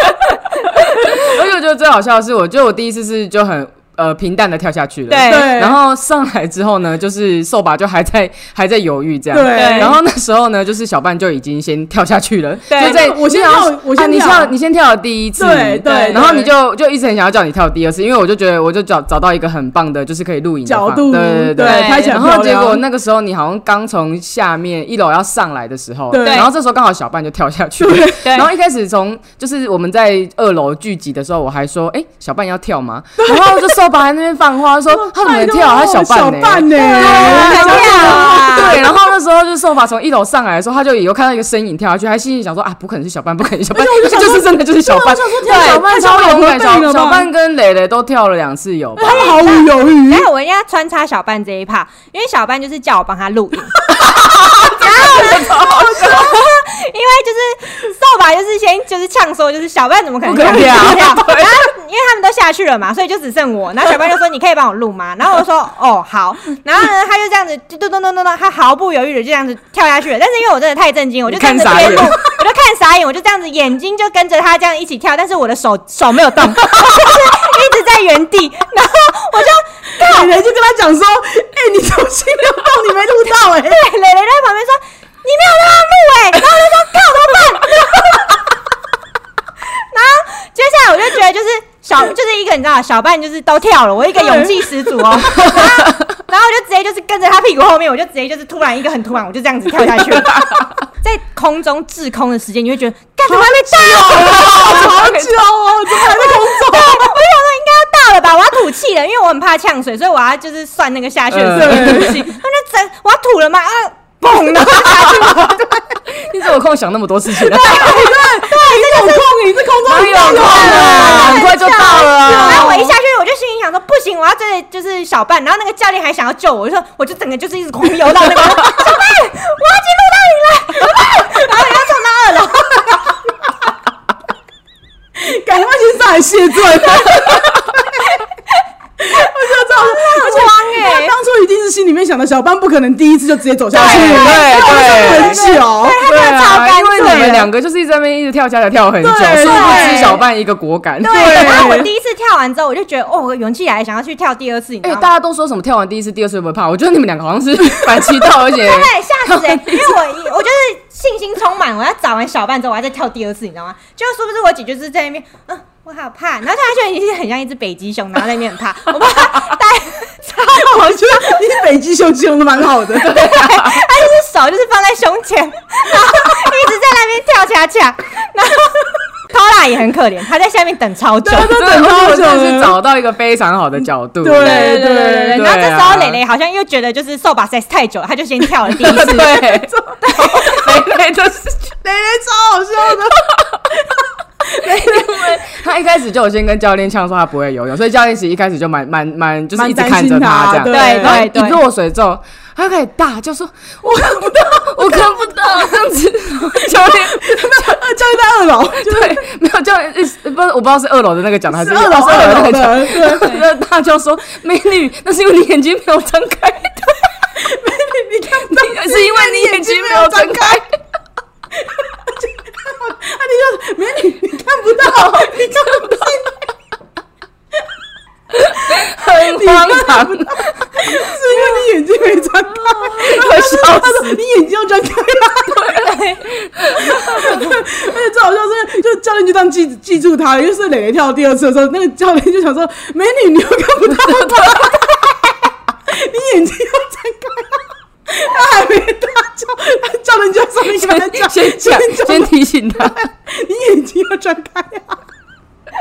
(laughs) 而且我觉得最好笑的是，我觉得我第一次是就很呃平淡的跳下去了，对对然后上来之后呢，就是瘦吧就还在还在犹豫这样，对然后那时候呢，就是小半就已经先跳 (laughs) 下去了，对就在我先然后跳我先啊你跳跳你先跳了第一次，对对然后你对就就一直很想要叫你跳第二次，因为我就觉得我就找找到一个很棒的，就是可以录影的角方度对对对对拍起来然很漂后结亮果那个时候你好像刚从下面一楼要上来的时候，对然后这时候刚好小半就跳下去了，对 (laughs) 然后一开始从就是我们在二楼聚集的时候，我还说，哎、小半要跳吗？然后就瘦吧还在那边放话说他怎么跳哦啊，他小半呢、呢、啊然后很跳啊对，然后那时候就是瘦法从一楼上来的时候，他就有看到一个身影跳下去，还心里想说啊，不可能是小半，不可能是小半，哎而且我就想说就是真的就是小半，对我想说对，天哪小半太小超勇了敢，太小小了小吧半跟蕾蕾都跳了两次有吧？他们毫无犹嗯豫，哎然后我一定要穿插小半这一趴，因为小半就是叫我帮他录 (laughs) 影。 (laughs) 因为就是扫把，就是先就是呛说，就是小半怎么可能不可能跳啊然后因为他们都下去了嘛，所以就只剩我。然后小半就 (laughs) 说：“你可以帮我录吗？”然后我说：“哦，好。”然后呢，他就这样子就咚咚咚咚咚，他毫不犹豫的就这样子跳下去了。但是因为我真的太震惊，我就你这样看子傻边眼录，我就看傻眼，我就这样子眼睛就跟着他这样一起跳，但是我的手手没有动， (laughs) 就是一直在原地。然后我就对，人就跟他讲说：“哎、你重新要到，你没录到哎、对蕾蕾在旁边说：“你没有让他录哎、然后我就说：“靠，怎么办？”然后接下来我就觉得就是小就是一个你知道小半就是都跳了，我一个勇气十足 (laughs) 哦。然后然后我就直接就是跟着他屁股后面，我就直接就是突然一个很突然，我就这样子跳下 (laughs) 去了。在空中滞空的时间，你会觉得干什么还没到？ (laughs) 好久哦， (laughs) 怎么还在空中？对，我就想说应该要到了吧，我要吐气了，因为我很怕呛水，所以我要就是算那个下去的时候嗯吐气。他就整我要吐了吗？ (laughs) 啊，嘣的。你怎么有空想那么多事情啊呢、你有空，你在空中哪你有有空啊？很快就到了然后啊我！一下去，我就心里想说，不行，我要追就是小半。然后那个教练还想要救我，我就说，我就整个就是一直狂游到那个小半， (laughs) 我要进入到你了，小半，然后我要冲到二楼，赶快先上来谢罪。”我就知道，而且他欸 (laughs) 当初一定是心里面想的，小班不可能第一次就直接走下去，对对对，很久，对超啊，干因为脆你们了两个就是一直在那边一直跳恰恰跳很久，对殊不知对小半一个果敢。啊对然后我第一次跳完之后，我就觉得哦，我勇气来了，想要去跳第二次，你知哎、道大吗？家都说什么跳完第一次、第二次会不会怕？我觉得你们两个好像是反其道，而且对，吓死欸 (laughs) 人！因为我一我就是信心充满，我要找完小半之后，我还在跳第二次，你知道吗？就殊不知我姐就是在那边，嗯，我好怕。”然后他就已经很像一只北极熊，然后在那边很 (laughs) 怕，我把他带超好我觉得你北极熊形容的蛮好的，手就是放在胸前，然后一直在那边跳恰恰，然后 Tola 也很可怜，他在下面等超久对。真真的，的而且我很久真的是了找到一个非常好的角度，对对对对对对，对然后这时候啊蕾蕾好像又觉得就是扫把实在是太久了，他就先跳了第一对 (laughs) 次，对，对对，就是 (laughs) 蕾蕾超好笑的， (laughs) 他一开始就有先跟教练呛说他不会游泳，所以教练其实一开始就蛮蛮蛮就是蛮一直担看着心他这样，对对然后对对一落水之后，他就开始大叫说：“我看不到，我看不到。”这样子，教练教练在二楼，对，没有教练，呃不是我不知道是二楼的那个讲台还是是二楼，哦是二楼那个讲的，对，台，那大叫说：“美女，那是因为你眼睛没有睁 (laughs) 开，你看不到，你 (laughs) 是因为你眼睛没有睁开。”啊，你就美女，你看不到，你看不到，很荒唐，是因为你眼睛没张开，我笑他死。说你眼睛要张开啦，而且最好笑是，就教练就这样记记住他了，因为是蕾蕾跳第二次的时候，那个教练就想说，美女，你又看不到他， (laughs) 你眼睛要张开啦。他还没大叫，他教练就上面跟他讲，先讲，先提醒他，你 (laughs) 眼睛要张开啊！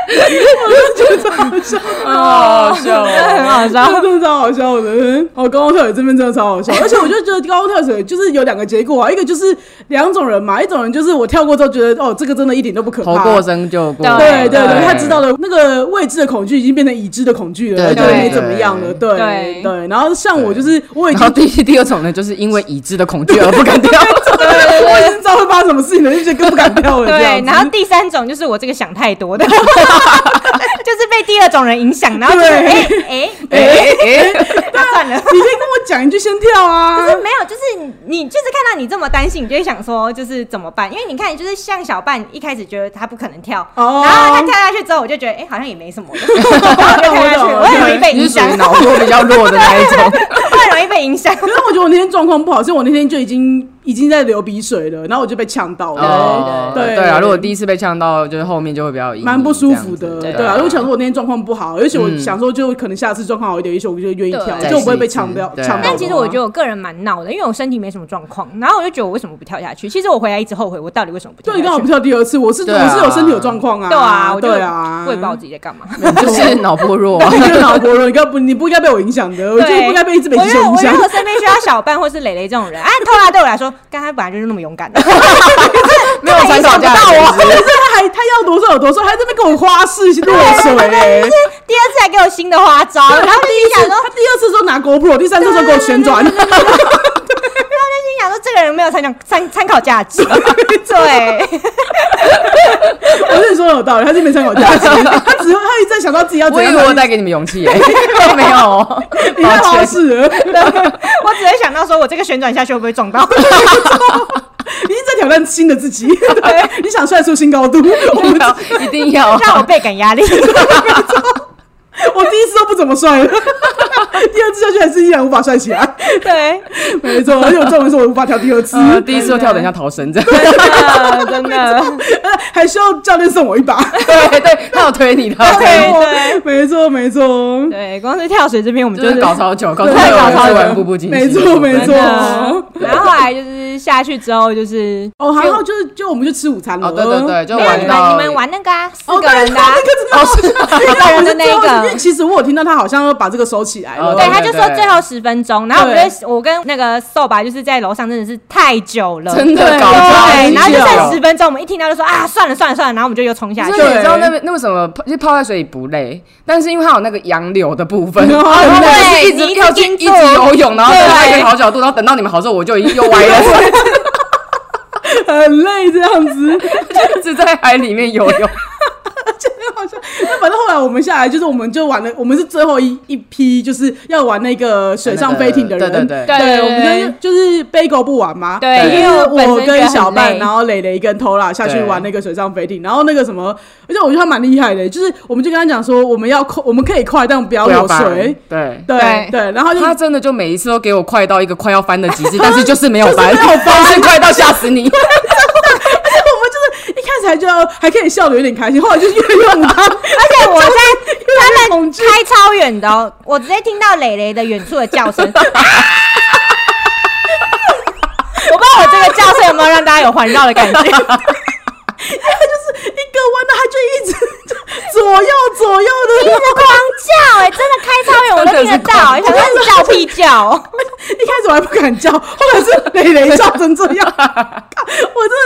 我就觉得好笑，哦好笑真的 (laughs) 很好笑。真的超好笑的。哦，高空跳水这边真的超好 (laughs) 笑，而且我就觉得高空跳水就是有两个结果啊，一个就是两种人嘛，一种人就是我跳过之后觉得哦，这个真的一点都不可头怕。过身就过。对对对对，他知道了那个未知的恐惧已经变成已知的恐惧了，对觉得没对怎么样了。对对对，然后像我就是我已然后经第第二种呢，就是因为已知的恐惧而不敢跳。我已经知道会发生什么事情了，就觉得更不敢跳了。 (laughs) 这样对，子然后第三种就是我这个想太多的， (laughs) 就是被第二种人影响，然后就是哎 (laughs) 对哎， (laughs) 哎哎，那算了。你先跟我讲，你就先跳啊。就是没有，就是你就是看到你这么担心，你就会想说，就是怎么办？因为你看，就是像小半一开始觉得他不可能跳，哦然后他跳下去之后，我就觉得哎、好像也没 (laughs) 什么，然后我就跳下去，我懂我很容易被哎你影是属响于，脑波比较弱的那一 (laughs) 种。 (laughs) 我很容易被影响。可是我觉得我那天状况不好，是因为我那天就已经已经在流鼻水了，然后我就被呛到了。对对对啊，如果第一次被呛到，就是后面就会比较蛮不舒服的，对对啊。因为我想说，我那天状况不好，而且我想说，就可能下次状况好一点，也许我就愿意跳，对就我不会被呛掉。对呛到的话但其实我觉得我个人蛮闹的，因为我身体没什么状况，然后我就觉得我为什么不跳下去？其实我回来一直后悔，我到底为什么不跳就下你刚好去不？跳第二次，我是对啊我是有身体有状况啊，对啊，我就对啊，我也不知道我自己在干嘛。就是脑波弱。啊 (laughs) 你就是脑波弱，你该不你不应该被我影响的，我觉对得你不应该被一直被我影觉得响我影觉响得。我身边需要小伴或是蕾蕾这种人，啊，透拉对我来说，刚才本来就是那么 (laughs) 勇敢的，没有参考价到我，值真的是他还他要多少有多少，还在那边给我花式落对，水就是。第二次还给我新的花招，然后他我第一就心想次说，他第二次说拿 GoPro，第三次说给我旋转。心想说这个人没有参考参参考 (laughs) 价值，对，我跟你说有道理，他是没参考 (laughs) 价值，他只会他一直在想到自己要我怎以样为才我带给你们勇 (laughs) 气耶，没有哦，你太抱好歉。使了， (laughs) 你我只会想到说我这个旋转下去会不会 (laughs) 撞到，一直在挑战新的自己，对，你想帅出新高 (laughs) 度。我们一 (laughs) 定要让我倍感压力。我第一次都不怎么帅了，第二次下去还是依然无法帅起来，对，没错，而且我这种是我无法跳第二次，呃，第一次我跳，等一下逃生这样。真的真的， (laughs) 还需要教练送我一把。对对，他有推你的，对对没错，没错，对，光是跳水这边我们就是是搞超久，搞超对久，搞超久完步步惊心没的错部分，没真错的，然后后来就是下去之后就是哦，还好，就是就我们就吃午餐了。哦，对对对，就没有玩你们到你们玩那个啊，四哦，个人的啊。那个真的好， (laughs) 四个人的那一因个为，其实我有听到他好像要把这个收起来了。哦对，对他就说对最后十分钟，然后我们就我跟那个瘦吧，就是在楼上真的是太久了，真的对搞超对，级然后就久剩十分钟，我们一听到就说啊，算了算了算了，然后我们就又冲下去就。对是你知道那边那为什么泡，其实泡在水里不累，但是因为它有那个洋流的部分，哦然后我对一直你一直跳进，盯一住直游泳，然后等到一对个好角度，然后等到你们好之后，我就已经又歪了， (laughs) 很累这样子，一直在海里面游泳。好像那 (laughs) 反正后来我们下来，就是我们就玩了，我们是最后一一批，就是要玩那个水上飞艇的人。对对对对我们就就是 Bagel 不玩嘛。对就是因为我本身我跟小觉得很半，累然后蕾蕾跟 Tola 下去对玩那个水上飞艇，然后那个什么，而且我觉得他蛮厉害的，就是我们就跟他讲说，我们要快，我们可以快，但不要不要落翻水。，对。对对对，然后就他真的就每一次都给我快到一个快要翻的极致，但是就是没有就是翻，没有翻，是快到吓死你。我们就是一开开始还觉得还可以笑的有点开心，后来 (laughs) 就是越用他，而且我在他们开超远的、哦，我直接听到磊磊的远处的叫声。我不知道我这个叫声有没有让大家有环绕的感觉。就是一个弯的，他就一直 (laughs) 左右左右 (laughs) 一直的。狂叫哎、真的开超远我都听得到、欸，想说你叫屁叫哦、 (laughs) 一开始我还不敢叫，后来是磊磊叫成这样，干我真的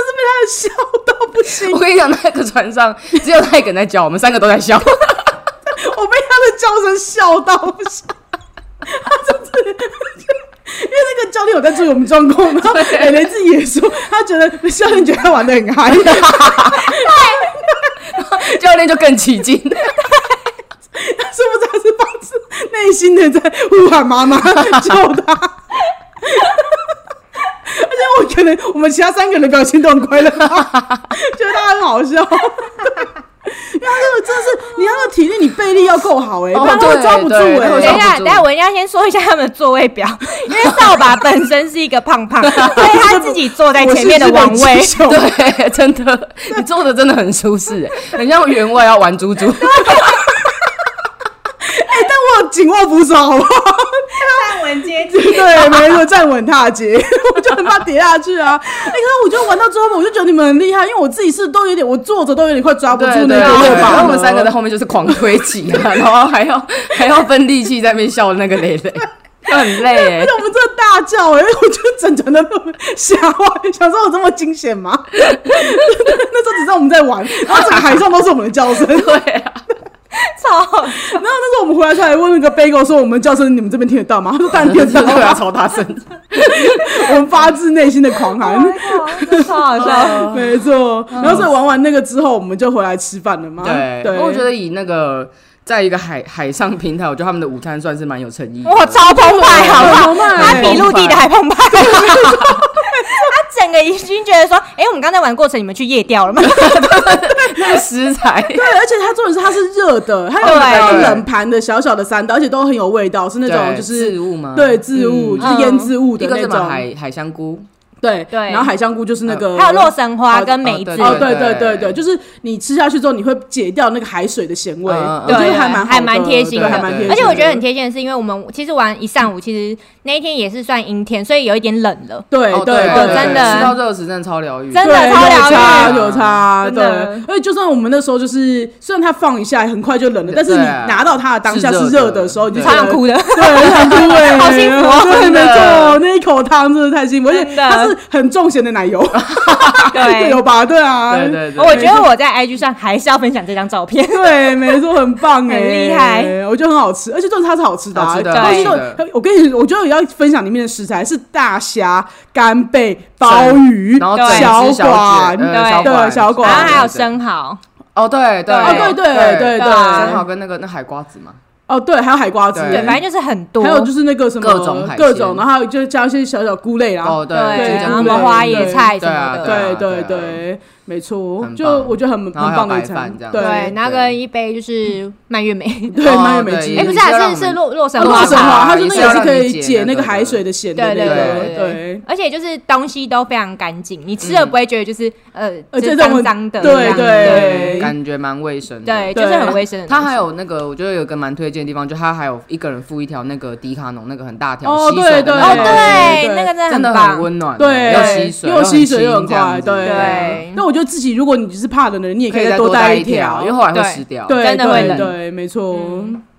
是被他笑到不行， (laughs) 我跟你讲，那个船上只有他一个人在叫，我们三个都在笑。我 (laughs) 被他的叫声笑到不行。他就是因为那个教练有在注意我们状况，然后磊磊自己也说，他觉得教练觉得他玩的很嗨。教练就更起劲，是不是还是发自内心的在呼喊妈妈救他？而且我可能我们其他三个人的表情都很快乐，觉得他很好笑。因为他这个真的是，你要那个体力，你背力要够好哎、欸，哦不然他会对抓不住对哎、对等欸一。下，等一下，我一定要先说一下他们的座位表，因为扫把本身是一个胖胖，所以他自己坐在前面的王我是日位本。之秀对，真的，你做的真的很舒适，欸很像员外要玩猪猪。哎、但我有紧握扶手，好不好？站稳阶梯，对，没错，站稳踏阶，我就很怕跌下去啊。哎、可是我就玩到最后面，我就觉得你们很厉害，因为我自己是都有点，我坐着都有点快抓不住对那对，个落然把后了。我们三个在后面就是狂推挤啊，然后还要 (laughs) 还要分力气在那边笑那个蕾蕾，很累哎而且。我们真的大叫哎、因为我就整整的都吓坏，想说有这么惊险吗？ (laughs) 那时候只知道我们在玩，然后整个海上都是我们的叫声。然后 (laughs) 对啊，超好那时候我们回来出来问那个 Bagel 说我们叫声你们这边听得到吗？他说当然听得对啊，到，超大声。我们发自内心的狂喊。笑，超好笑。啊没错，然后所以玩完那个之后，我们就回来吃饭了嘛。嗯对，对，我觉得以那个在一个海海上平台，我觉得他们的午餐算是蛮有诚意的。哇，超澎湃，好不好？澎湃它比陆地的还澎湃。他整个已经觉得说，哎、我们刚才玩过程，你们去夜钓了吗？那个食材，对，而且它重点是它是热的，它有对那种对冷盘的小小的三道，而且都很有味道，是那种对就是置物吗对，渍物、嗯就是腌制物的一个那是种买，海海香菇，对对然后海香菇就是那个还有洛神花跟梅哦子，对哦，对对对对对对，就是你吃下去之后，你会解掉那个海水的咸味，嗯嗯我觉对得对还蛮还还蛮贴心的，还蛮贴心的。而且我觉得很贴心的是，因为我们其实玩一上午，其实那一天也是算阴天，所以有一点冷了。对哦对对对，真的吃到热食真的超疗愈，真的对超疗有差愈有差，真对的。而且就算我们那时候就是，虽然它放一下很快就冷了，但是你对啊拿到它的当下是是热的热的时候，你就对超觉想得哭的，对，很想哭 (laughs) 哎，好幸福哦对，真没的错，那一口汤真的太幸福，而且真的它是很重咸的奶油， (laughs) (laughs) 对有吧？对啊，对对对，哦我觉得我在 IG 上还是要分享这张照 (laughs) 片。对，没错，很棒哎、啊很厉害我觉得很好吃，而且就是它是好吃的、啊，好吃的东西都好吃的我跟你，我觉得我要分享里面的食材是大虾、干贝、鲍鱼、然后整只小小管，卷对呃小对管小管然啊后还有生蚝，哦，对对，哦对啊对对对生蚝跟那个那海瓜子嘛，哦，对，还有海瓜子，对对，反正就是很多，还有就是那个什么各种海鲜各种，然后就加一些小小菇类啦。哦对，对，对就是然后什菇么类花对椰菜什么的，对对啊对对啊对，没错很，棒就我觉得很很然后还有棒的一白餐饭这，样对，对然后跟一杯就是蔓 (laughs) 越莓，对，哦蛮有美对肌。哎，不是也是要啊，让是我们是洛洛神哦，花啊洛神花，茶，它茶就也是是也要是让可你以解解那那个个海水的咸的对那对个，对对。而且就是东西都非常干净，你嗯吃了不会觉得就是呃，呃就是这种脏脏的对这样，对感觉蛮卫生的。对，对就是很卫生的东它西。还有那个，我觉得有一个蛮推荐的地方，就它还有一个人付一条那个迪卡侬那个很大条哦吸水对的哦，那个，对，对那个真的真很的棒很，啊温暖，对，又吸水，又吸水又很很快，清这样子对那我觉得自己，如果你只是怕冷的人，你也可以以再再多带带一条，因为后来会对湿掉。对，真的会对冷对，没错。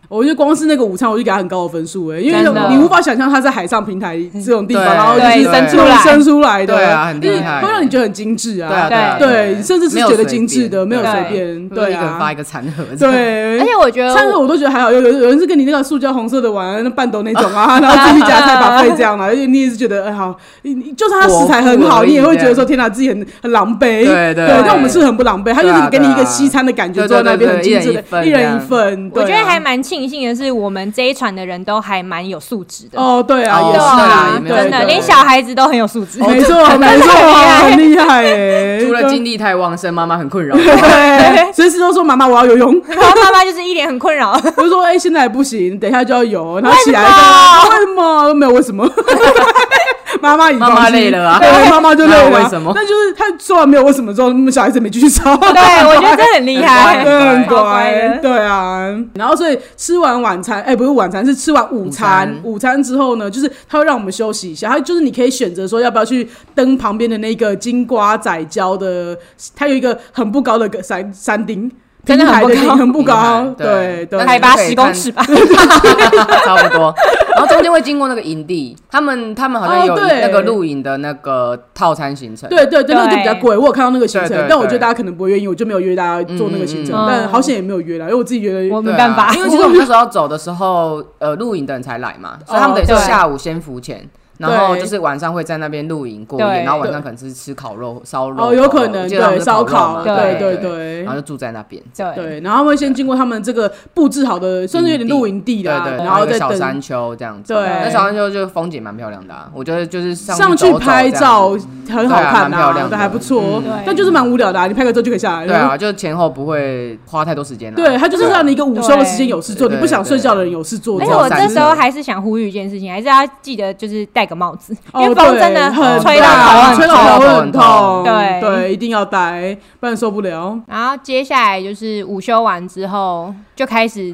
我就光是那个午餐，我就给他很高的分数哎、因真的为你无法想象他在海上平台这种地方，对然后就对是生出弄来生出来的，对啊很厉就是害会让你觉得很精致对啊，啊，对啊，对对啊，甚至是没有觉得随精致便的没有对随便就是对一个人啊发一个餐盒这样，对，而且我觉得餐盒我都觉得还好，有有有人是跟你那个塑胶红色的碗那半斗那种 (laughs) 啊，然后自己加菜把费这样啦，而且你也是觉得哎好，你你就算它食材很我好，我你也会这样觉得说天哪，自己很很狼狈。对对对对，但我们是很不狼狈，他就对是啊给你一个对啊西餐的感觉，对对坐在那边对很对精一人致一份一这人一样份。我对觉得啊还蛮庆幸的是，我们这一船的人都还蛮有素质的。哦，对啊，哦也对是啊啊也，没有真错的，连小孩子都很有素质。没错没错，很厉害 (laughs) 耶，除了精力太旺盛，妈妈很困 (laughs) 扰。(laughs) 对，随时都说妈妈我要游泳，然 (laughs) 后妈妈就是一脸很困扰，我就说：“哎、现在还不行，等一下就要有。”然后起来为什说：“为什么？没有为什么。” (laughs) 妈妈已妈妈累了啊对，妈妈就累了那啊。为什么那就是他说完没有为什么之后，那么小孩子没继续吵。 (laughs) 对，我觉得这很厉害很。乖很超乖乖，的对啊。然后所以吃完晚餐，哎、不是晚餐，是吃完午餐。午餐之后呢，就是他会让我们休息一下，他就是你可以选择说要不要去登旁边的那个金瓜仔礁的，它有一个很不高的个山山顶。真的平很台不的顶高很不高，平台对对那海对，拔十公尺吧，差不多。然后中间会经过那个营地，他们他们好像哦有对那个露营的那个套餐行程。对对对，那个就比较对贵。我有看到那个行对程对，但我觉得对大家可能不会愿意，我就没有约大家做那个行程嗯嗯嗯，但好险也没有约啦，因为我自己觉得我没对啊，办法因为其实我们那时候要走的时候，呃，露营的人才来嘛，所以他们等于哦是对下午先浮潜。然后对就是晚上会在那边露营过对夜，然后晚上可能是吃烤肉、烧肉，哦，有可能我记得他们对是烧烤烤，肉嘛，对对对对然后就住在那边。 (laughs) 对，对，然后他们会先经过他们这个布置好的，算是有点露营地对啦，对，啊然后一个再小山等丘这样子，对那小山丘就风景蛮漂亮的啊，我觉得就是上去去走走拍这样照子很好看对啊蛮漂亮对，的还不错哦嗯，但就是蛮无聊的啊，你拍个照就可以下来对了。啊，就前后不会花太多时间啦。啊对，他就是让你一个午休的时间对有事做，你对不想对睡觉的人有事做。而我这且知道样子我这散时候热还是想呼吁一件事情，还是要记得就是戴个帽子，因哦，为风对真的很吹到大头很吹痛到头会头很很痛，痛对对，一定要戴，不然受不了。然后接下来就是午休完之后就开始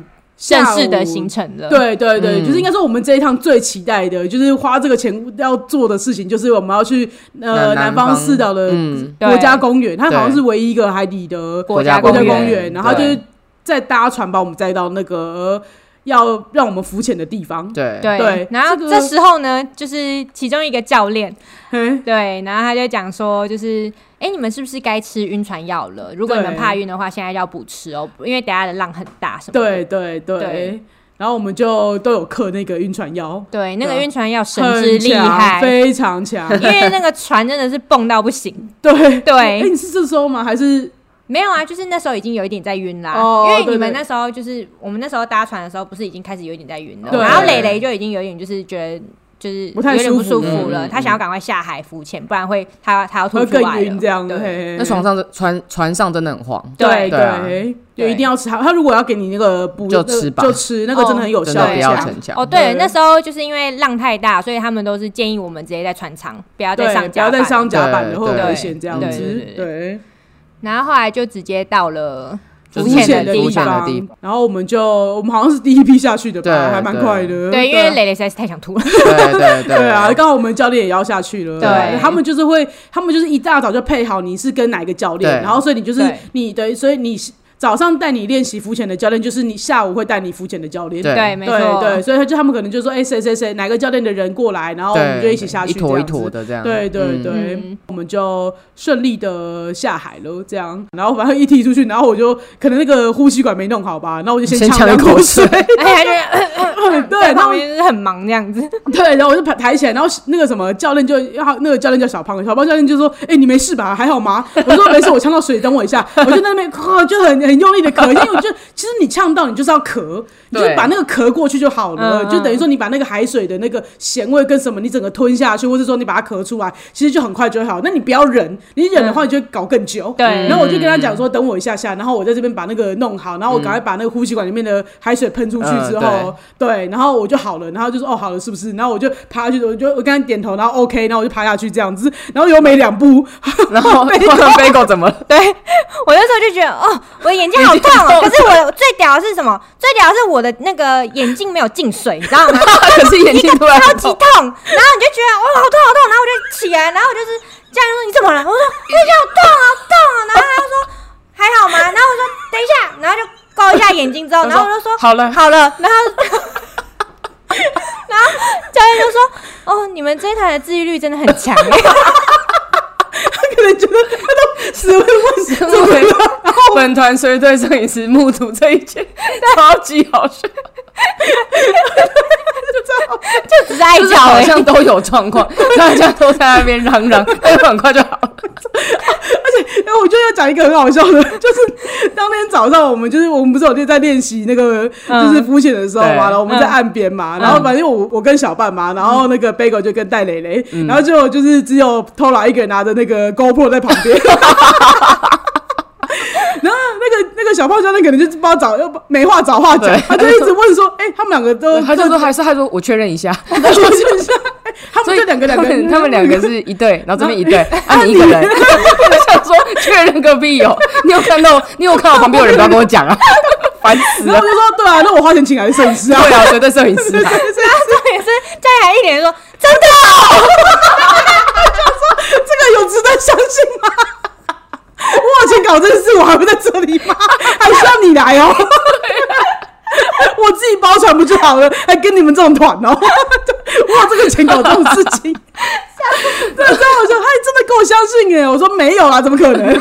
下正式的午行程了。对对对，嗯就是应该说我们这一趟最期待的，就是花这个钱要做的事情，就是我们要去呃南南方方四岛的嗯国家公园，它好像是唯一一个海底的国国家家呃国家公公园园，然后它就是再搭船把我们载到那个要让我们浮潜的地方。对对对然后这个这时候呢，就是其中一个教练， (laughs) 嘿对，然后他就讲说，就是哎、诶你们是不是该吃晕船药了？如果你们对怕晕的话，现在要补吃哦，因为等下的浪很大什么的。对对对对，然后我们就都有刻那个晕船药，对，那个对晕船药神之很厉强，害，非常强。因为那个船真的是蹦到不行。 (laughs) 对对哎，你是这时候吗？还是没有啊，就是那时候已经有一点在晕啦，哦因为对你们对那时候就是我们那时候搭船的时候，不是已经开始有一点在晕了，对然后磊磊就已经有点就是觉得。就是不太有点不舒舒服服了，嗯嗯他想要赶快下海浮潜，不然会他他要吐会出更来晕这了。样？对嘿那床上真船船上真的很晃，对对对啊对，就对一定要吃它。它如果要给你那个补，就那个吃吧就吃那个真的很有真效的对不一要下。逞强。哦，对对，那时候就是因为浪太大，所以他们都是建议我们直接在船舱，不要再对，上不甲要板。再上甲板对了，会有对危险这样对子对对。对，然后后来就直接到了就浮是浮潜潜的的地浮潜方。的方 (laughs) 地，然后我们就我们好像是第一批下去的对吧，还蛮对快的。啊对，因为磊磊实在是太想吐了。对对对啊，刚好我们教练也要下去了。对他们就是会，他们就是一大早就配好你是跟哪一个教练，对然后所以你就是对你的，所以你早上带你练习浮潜的教练，就是你下午会带你浮潜的教练。对对，没错，对对，所以他就他们可能就说，哎、谁谁谁哪个教练的人过来，然后我们就一起下去，一坨一坨。的这样。对对对，嗯我们就顺利的下海了，这样。然后反正一踢出去，然后我就可能那个呼吸管没弄好吧，然后我就先呛呛两一口口水。 (laughs) 而且他就 (laughs) 对，在然旁后边就是很忙这样子。 (laughs) 对，然后我就抬抬起来，然后那个什么教练就要那个教练叫小胖，小胖教练就说：“哎、你没事吧？还好吗？”我说：“没事，我呛到水，等我一下。”我就在那边咳，就很很用力的咳，因为我就其实你呛到你就是要咳，你就对把那个咳过去就好了，嗯就等于说你把那个海水的那个咸味跟什么你整个吞下去，或者说你把它咳出来，其实就很快就会好。那你不要忍，你忍的话你就会搞更久。嗯对嗯然后我就跟他讲说：“等我一下下，然后我在这边把那个弄好，然后我赶快把那个呼吸管里面的海水喷出去嗯之后。对对，然后我就好了，然后就说哦好了是不是？然后我就爬下去，我就我跟他点头，然后 OK，然后我就爬下去这样子，然后又没两步， (laughs) (laughs) 然后飞狗怎么了？对 (laughs) 我那时候就觉得，哦，我眼睛好痛 (laughs) 哦。可是我最屌的是什么？最屌的是我的那个眼镜没有进水，你知道吗？ (laughs) 可是眼睛突然超级痛，然后你就觉得哇、好痛好痛，然后我就起来，然后我就是教练说你怎么了？我说嗯我眼睛好痛好痛哦，然后他就说还好吗？然后我说等一下，然后就勾一下眼睛之后，然后我就说好了，好了，然后然后教练就说 (laughs) 哦，你们这一台的自愈率真的很 (laughs) 强。他可能觉得他都死会问死本团 (laughs) 本团随队摄影师目睹这一 (laughs) 切，超级好笑，就只是爱就是叫好而已， (laughs) 像都有 (laughs) 状况，大家都在那边嚷嚷，但是很快就好了。 (laughs) 哎，我就要讲一个很好笑的，就是当天早上我们就是我们不是有在练习那个嗯就是浮潜的时候嘛，对嗯然后我们在岸边嘛，然后反正我我跟小半嘛，然后那个 Bagel 就跟戴蕾蕾，嗯然后最后就是只有偷懒一个人拿着那个 GoPro 在旁边。 (laughs) 然后那个那个小胖教练可能就不知道找要没话找话讲对，他就一直问说：“哎、他们两个都哦他就说，还是他说我确认一下， (laughs) 他就他们们就两个两个人，他们两个是一对，然后这边一对，啊你一个人， (laughs) 我想说确认个屁哦！你有看到你有看到旁边有人不要跟我讲啊， (laughs) 烦死 (laughs) 然后我了！就说对啊，那我花钱请来的摄影师啊， (laughs) 对啊，绝对摄影师啊，这也是在还一脸说真的哦，这个有值得相信吗？我以前搞这件事，我还不在这里吗？还需要你来哦？我自己包船不就好了？还跟你们这种团哦？我有这个钱搞这种事情，对，这样我说，哎，真的给我相信耶！我说没有啦，怎么可能？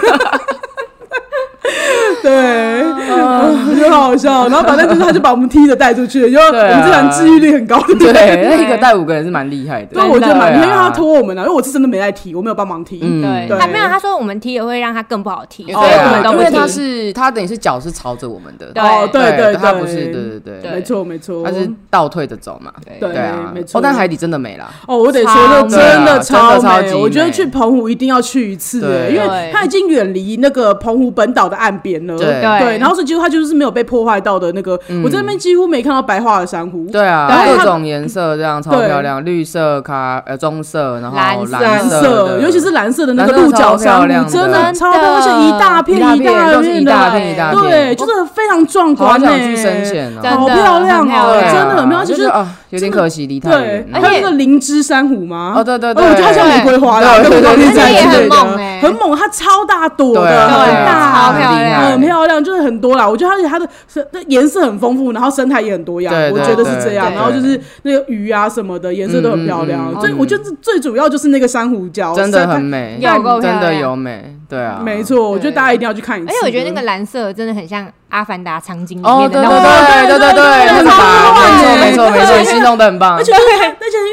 对，很好笑。然后反正就是，他就把我们踢着带出去了，因为我对啊们这团治愈率很高的。对，那一个带五个人是蛮厉害的，对，我觉得蛮厉害，因为他对啊拖我们啊，因为我是真的没在踢，我没有帮忙踢。嗯对，对哦他没有，他说我们踢也会让他更不好踢，所对以我啊们都因不为踢他。是他等于是脚是朝着我们的，对哦，对对，他不是，对对对对，没错没错，他是倒退着走嘛，对对啊没，错哦，但海底真的美啦，哦，我得说，超那美真的啊真的超美。级我觉得美去澎湖一定要去一次，欸对因为对它已经远离那个澎湖本岛的岸边了。对嗯对，然后所以几乎它就是没有被破坏到的那个，我在那边几乎没看到白化的珊瑚。对啊，然后各它种颜色这样超漂亮，绿色、咖呃棕色，然后蓝色蓝色的，尤其是蓝色的那个蓝色鹿角珊超漂亮瑚，的真的超漂亮，而真的且一大片一大片都是片一大的，片一大片，对，就是非常壮好观想欸去深潜哦，真的好漂亮很漂哦，对啊亮真的很漂亮，而且就就是是啊，有点可惜离太对远，，还了。有那个灵芝珊瑚吗？哦对对对哦我觉得它像玫瑰花啦，对对对对对对对，很猛欸很猛，它超大朵对的，啊，很对大，超漂亮很漂亮，就是很多啦。我觉得它它的它颜色很丰富，然后生态也很多样，对我对觉得是这样。对然后就是那个鱼啊什么的，颜色都很漂亮嗯嗯。嗯最嗯我觉得最主要就是那个珊瑚礁，真实的在很美，有够漂亮真的有美，对啊，没。错。我觉得大家一定要去看一次。而哎且我觉得那个蓝色真的很像《阿凡达》场景里哦，面对的对那种对对对超对，那美个没错没错没错，对你形容的很棒，而且而且因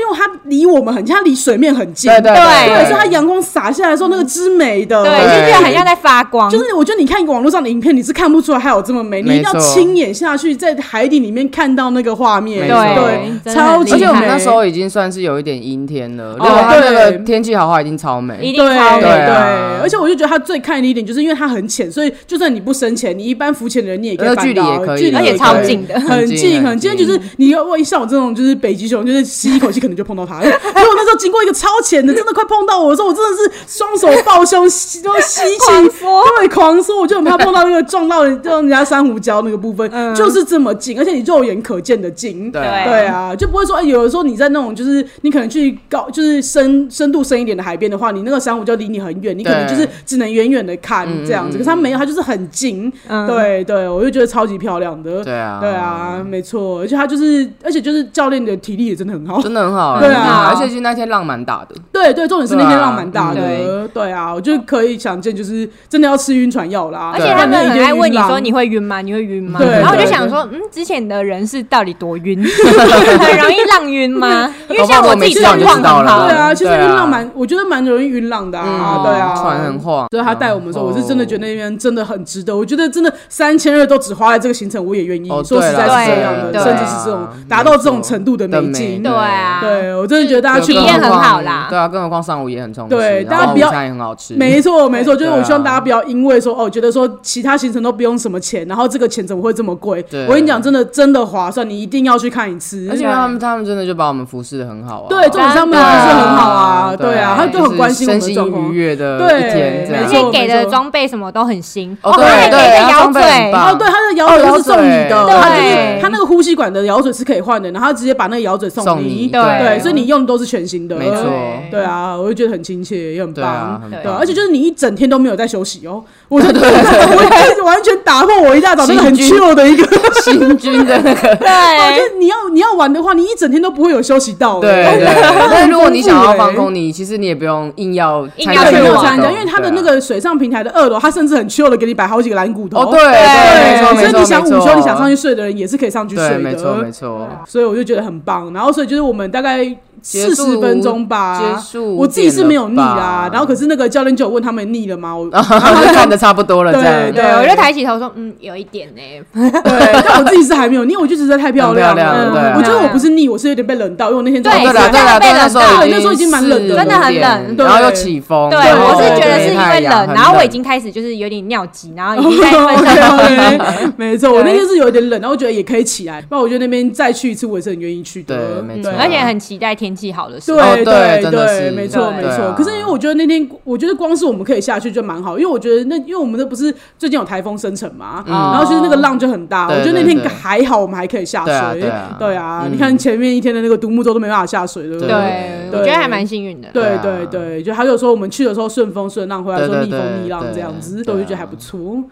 为它离我们很近，它离水面很近，对对对对，所以它阳光洒下来的时候，那个之美的，对，对就觉得很像在发光，就是我觉得你看网络上的影片，你是看不出来它有这么美，你一定要没错亲眼下去，在海底里面看到那个画面，没错对，真的超很级厉害美。而且我们那时候已经算是有一点阴天了，如果哦它那个对天气好的话，已经超一美。对定超对美。对啊而且我就觉得它最看的一点，就是因为它很浅，所以就算你不深潜，你一般浮潜的人你也可以那办到，呃距离也可以距离而且也超可以近的很很近近很很近，近就是你要万一像我这种就是北极熊，就是吸一口气可能就碰到它了。所以我那时候经过一个超浅的，真的快碰到我的时候，我真的是双手抱胸吸，就吸气狂缩对，狂缩，我就很怕碰到那个撞到人，撞人家珊瑚礁那个部分，就是这么近，而且你肉眼可见的近。对对对啊，就不会说，哎有的时候你在那种就是你可能去高就是深深度深一点的海边的话，你那个珊瑚礁离你很远，你可能就是只能远远的看这样子。可是它没有，它就是很近。嗯对对，我就觉得超级漂亮的。对啊，对啊，没错，而且它就是，而且就是教练的体力也真的很好。真的很好欸，对啊很好而且其实那天浪蛮大的，对对，重点是那天浪蛮大对啊的。对啊，我就可以想见，就是真的要吃晕船药啦。而且他不然们就一定很爱问你晕浪说你会晕吗？你会晕吗？对然后我就对想说，嗯，之前的人是到底多 (laughs) 晕？很容易浪晕吗？因为像我自己状况很好搞不好我没事你就知道了对，啊，其实对啊晕浪蛮，我觉得蛮容易晕浪的啊，嗯对啊，船很哦晃，所以他带我们说，我是真的觉得那边真的很值得。我觉得真的三千二都只花在这个行程，我也愿意。哦说实在是这样的，对啦甚至是这种对啊达到这种程度的美景。对啊，对，我真的觉得大家对去体验澎湖很好啦对啊，更何况上午也很充实，对然后大家不要午餐也很好吃，没错，没错，就对啊是我希望大家不要因为说哦，觉得说其他行程都不用什么钱，然后这个钱怎么会这么贵？对我跟你讲，真的真的划算，你一定要去看一次。而且他们他们真的就把我们服侍的很好啊，对，重点是他们真的还是很好啊，对对啊，他们就都很关心我们是的身状心愉况。悦的对一天，这而没样错且给的装备什么都很新哦对还给对的啊摇装备很嘴，棒哦，对，他的摇嘴是送你的，哦摇他就嘴是对他那个呼吸管的摇嘴是可以换的，然后他直接把那个摇嘴送送你，对对，所以你用的都是全新的，没错， (laughs) 对哦啊，我就觉得很亲切，也很对啊棒，。很对对啊，棒而且就是你一整天都没有在休息哦， (laughs) 我就我完全打破我一大早那个很行军 chill 的一个，行军的那个，哦就对是你要你要玩的话，你一整天都不会有休息到， (laughs) 对哎对。但如果你想要放，很丰富哎空，你其实你也不用硬要硬对，要没去啊有玩参加，因为他的那个水上平台的二楼，他甚至很 chill 的给你摆好几个蓝骨头，哦，对对，没错没对，错，所以你想午没休，错你想上去睡的人也是可以上去睡对，的，没错没错，所以我就觉得很棒。然后所以就是我们大概结四十束分钟吧，结束啊我自己是没有腻五点了啦吧。然后可是那个教练就有问他们腻了吗？我 (laughs) 然后就看着的差不多了，这对样对，我就抬起头说，嗯，有一点呢、对，但我自己是还没有腻，我就觉得太漂亮很漂亮了。对啊哦我觉得我不是腻，我是有点被冷到，因为我那天对真的对啦是对啦，被冷那时候对那时候已经蛮冷的是真的很五点冷然后又对起风，对，对我是觉得对是因为冷，然后我已经开始就是有点尿急，啊然后已经 (laughs) 在 (laughs) 分享 OK，OK，没错，我那天是有点冷，然后我觉得也可以起来，那我觉得那边再去一次，我也是很愿意去的。啊对没嗯错而且很期待天气好的时候。哦对对真的对，是没错没对错啊。可是因为我觉得那天，我觉得光是我们可以下去就蛮好，因为我觉得那因为我们那不是最近有台风生成嘛，嗯然后就是那个浪就很大。嗯对我觉得那天对对还好，我们还可以下对啊水对啊。对啊，嗯你看前面一天的那个独木舟都没办法下水，对不对对，对我觉得还蛮幸运的。对对啊对对，就还有说我们去的时候顺风顺浪，回来的时候逆风逆浪这样子，对对对所以我就觉得对啊还不错。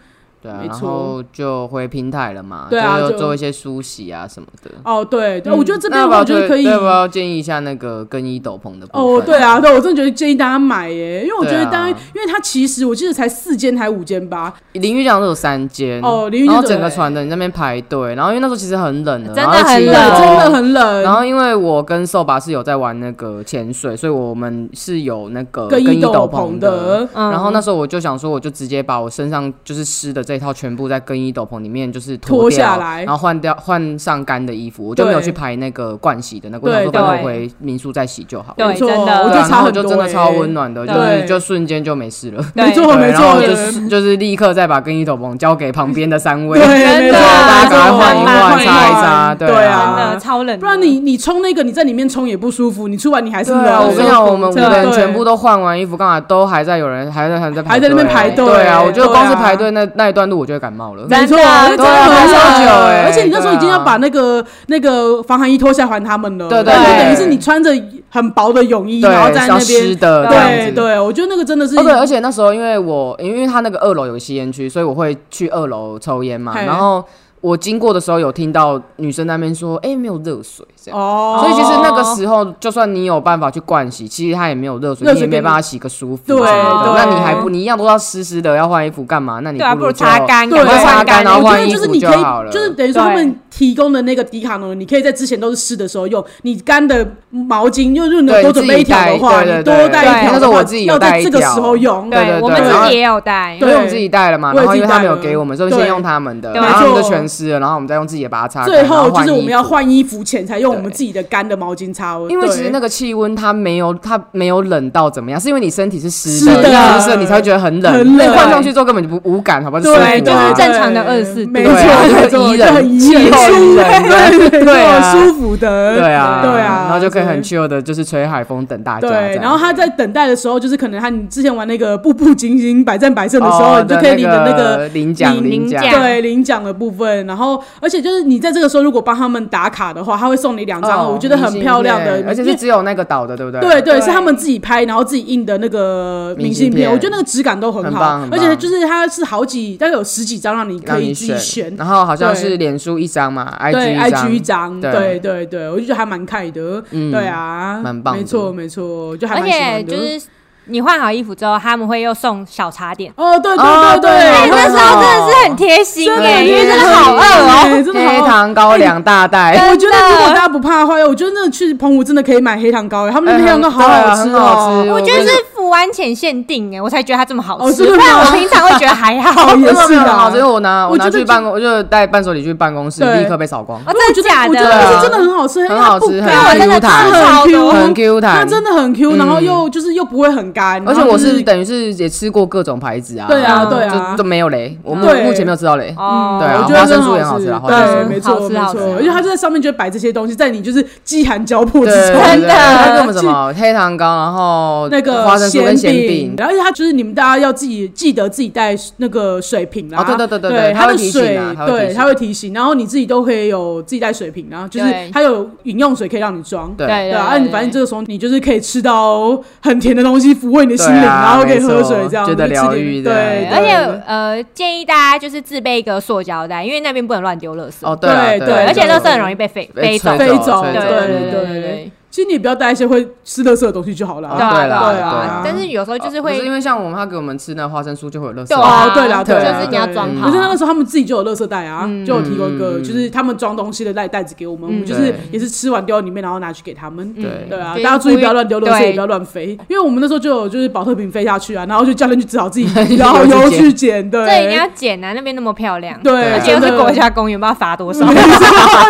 对啊，没然错后就回平台了嘛，对啊就就做一些梳洗啊什么的。哦，对，对我觉得这边嗯那要不要我觉得可以推。要不要建议一下那个更衣斗篷的部哦，分？对啊，对我真的觉得建议大家买耶，因为我觉得对啊大家，因为它其实我记得才四间还五间吧，淋浴场都有三间哦淋浴嗯然后就整个船的你在那边排队，然后因为那时候其实很冷的，真的然后又起对，很真冷风的很啊然冷。后因为我跟瘦吧是有在玩那个潜水，所以我们是有那个更衣衣斗斗篷的。的，嗯然后那时候我就想说，我就直接把我身上就是湿的这一套全部在更衣斗篷里面就是脱掉下来然后换掉换上干的衣服，我就没有对去排那个盥洗的那个，我对想说反对正我回民宿再洗就好了。对没错，真的我觉对啊得然差后很就多，欸真的超温。暖的，就对是就瞬间就没事 (laughs) 了。没对错，没然后我错，就是就是立刻再把更衣斗篷交给旁边的三位，对，真没的错，大没错家赶快换一换换，一擦一换擦，对对真啊的超冷的，不然你你冲那个你在里面冲也不舒服，你出完你还是对冷。啊，我跟你讲，我们五真个的人对全部都换完衣服，刚才都还在有人还在还在还在那边排队对啊，我觉得光是对啊排队那那一段路我就会感冒了。真没错，的因为真对的啊很排冷很久欸而且你那时候已经要对啊把那个那个防寒衣脱下还他们了，对对对就等于对是你穿着很薄的泳衣，对，然后在像那湿边，的这样对子。对，我觉得那个真的是哦，对，而且那时候因为我因为他那个二楼有个吸烟区，所以我会去二楼抽烟嘛。嘿然后我经过的时候有听到女生那边说：“哎，没有热水。”这样。哦，所以其实那个时候，就算你有办法去灌洗，其实它也没有热水，热你水也给没你办法洗个舒服之对类的。对那你还不你一样都要湿湿的，要换衣服干嘛？那你对啊，不不如如擦就干，对赶快擦干然后我觉换得衣就服是你就可以好，了就是等于说对他们提供的那个迪卡侬，你可以在之前都是湿的时候用。你干的毛巾，又如果能对多准备一条的话，你自你己带对对多带一对条的话。那时候我自己有要带在一这个时条候用。对对，对我们对自然后己也有带，对因为我们自己带了嘛，我也然后因自为己带他没有了给我们，所以对先用他们的，对然后没他们错就全湿了，然后我们再用自己的把它擦干，最然后就换是我们衣要服。换衣服前才用我们自己的干的毛巾擦。因为其实对那个气温它没有它没有冷到怎么样，是因为你身体是湿是的，的要湿的你才会觉得很冷。很冷那你换上去之后根本就不无感，好吧？对舒服啊就是对正常的24度没错，对啊没就错，就宜人很宜气人，候宜人对， (laughs) 对对啊舒服的，对啊，对啊，然后就可以很所 chill 的，就是吹海风等大以家这样。对，然后他在等待的时候，就是可能他你之前玩那个步步惊心、百战百胜的时候，哦你就可以领着那个。领奖领领领奖，奖对领奖的部分，然后而且就是你在这个时候如果帮他们打卡的话，他会送你两张，哦我觉得很漂亮的明信，片而且因是为只有那个岛的，对不对？对对，对是他们自己拍，然后自己印的那个明明信信片片，我觉得那个质感都很很好棒，很而棒且就是它是好几，大概有十几张让你可让以你自己选选。，然后好像对是脸书一张嘛对，IG 一，IG 张一，张，对对对对，我就觉得还蛮开的，嗯对啊，蛮棒的没错没错，就还而蛮喜欢且的。就是你换好衣服之后，他们会又送小茶点。哦，对哦对对哎，对，对那时候真的是很贴心真哎，的因为真耶的好饿哦。对真的黑好哎饿。糖高粱大袋。我觉得如真果的大家不怕的话，我觉得那去澎湖真的可以买黑糖糕，他们哎的黑糖糕好对啊吃很好哦吃。哎我觉得是福安前限定哎，我才觉得它这么好哦吃，真的不然吗我平常会觉得还 (laughs) 好。哦也真的是没有很啊好吃，因为我拿我我拿觉得去就办公，我就带伴手礼去办公室，对立刻被扫光，哦，真的假我觉得的？那是真的很好吃，因为很它好不吃，干因为我真的 Q 弹真的，超多很 Q 弹，它真的很 Q，然后又就是又不会很干，而且然后我就是等于是也吃过各种牌子啊，对啊嗯对就啊都，没有雷，我目对目前没有吃到雷，哦，对啊我觉得花生真酥也好好吃吃啊花生对，酥没好错吃没好吃错，而且它就在上面就会摆这些东西，在你就是饥寒交迫之中，真的他给我们什么黑糖糕，然后那个花生酥跟咸咸饼，然后而且它就是你们大家要自己记得自己带那个水瓶啦，哦对对对对对对它它的会提醒水啊它会提对醒它会提醒，然后你自己都可以有自己带水瓶，然后就是对它有饮用水可以让你装。对对对啊，啊你反正这个时候你就是可以吃到很甜的东西，抚慰你的心灵，对啊然后可以没错喝水，这样觉得就吃点疗愈对，这样对对而且呃，建议大家就是自备一个塑胶袋，因为那边不能乱丢垃圾。哦对啊对啊对而且都垃圾很容易被飞被飞走。吹飞走吹对对对对对对对，其实你也不要带一些会吃垃圾的东西就好了。啊嗯对对啦对啊对啦但是有时候就是不是因会，为像我们他给我们吃那花生酥就会有垃圾对嘛，啊哦，对啦，对啦就是你要装好可是那个时候他们自己就有垃圾袋啊，嗯就有提供一个，嗯就是他们装东西的袋袋子给我们，我们嗯就是对也是吃完丢到里面，然后拿去给他们。对对啊，就是大家注意不要乱丢垃圾，对也不要乱飞，因为我们那时候就有就是保特瓶飞下去啊，然后就教练就只好自己 (laughs) 自己然后游游去捡去捡，对，这一定要剪啊，那边那么漂亮，对，而且又真是的国 (laughs) 家公园，不知道罚多 (laughs) 少。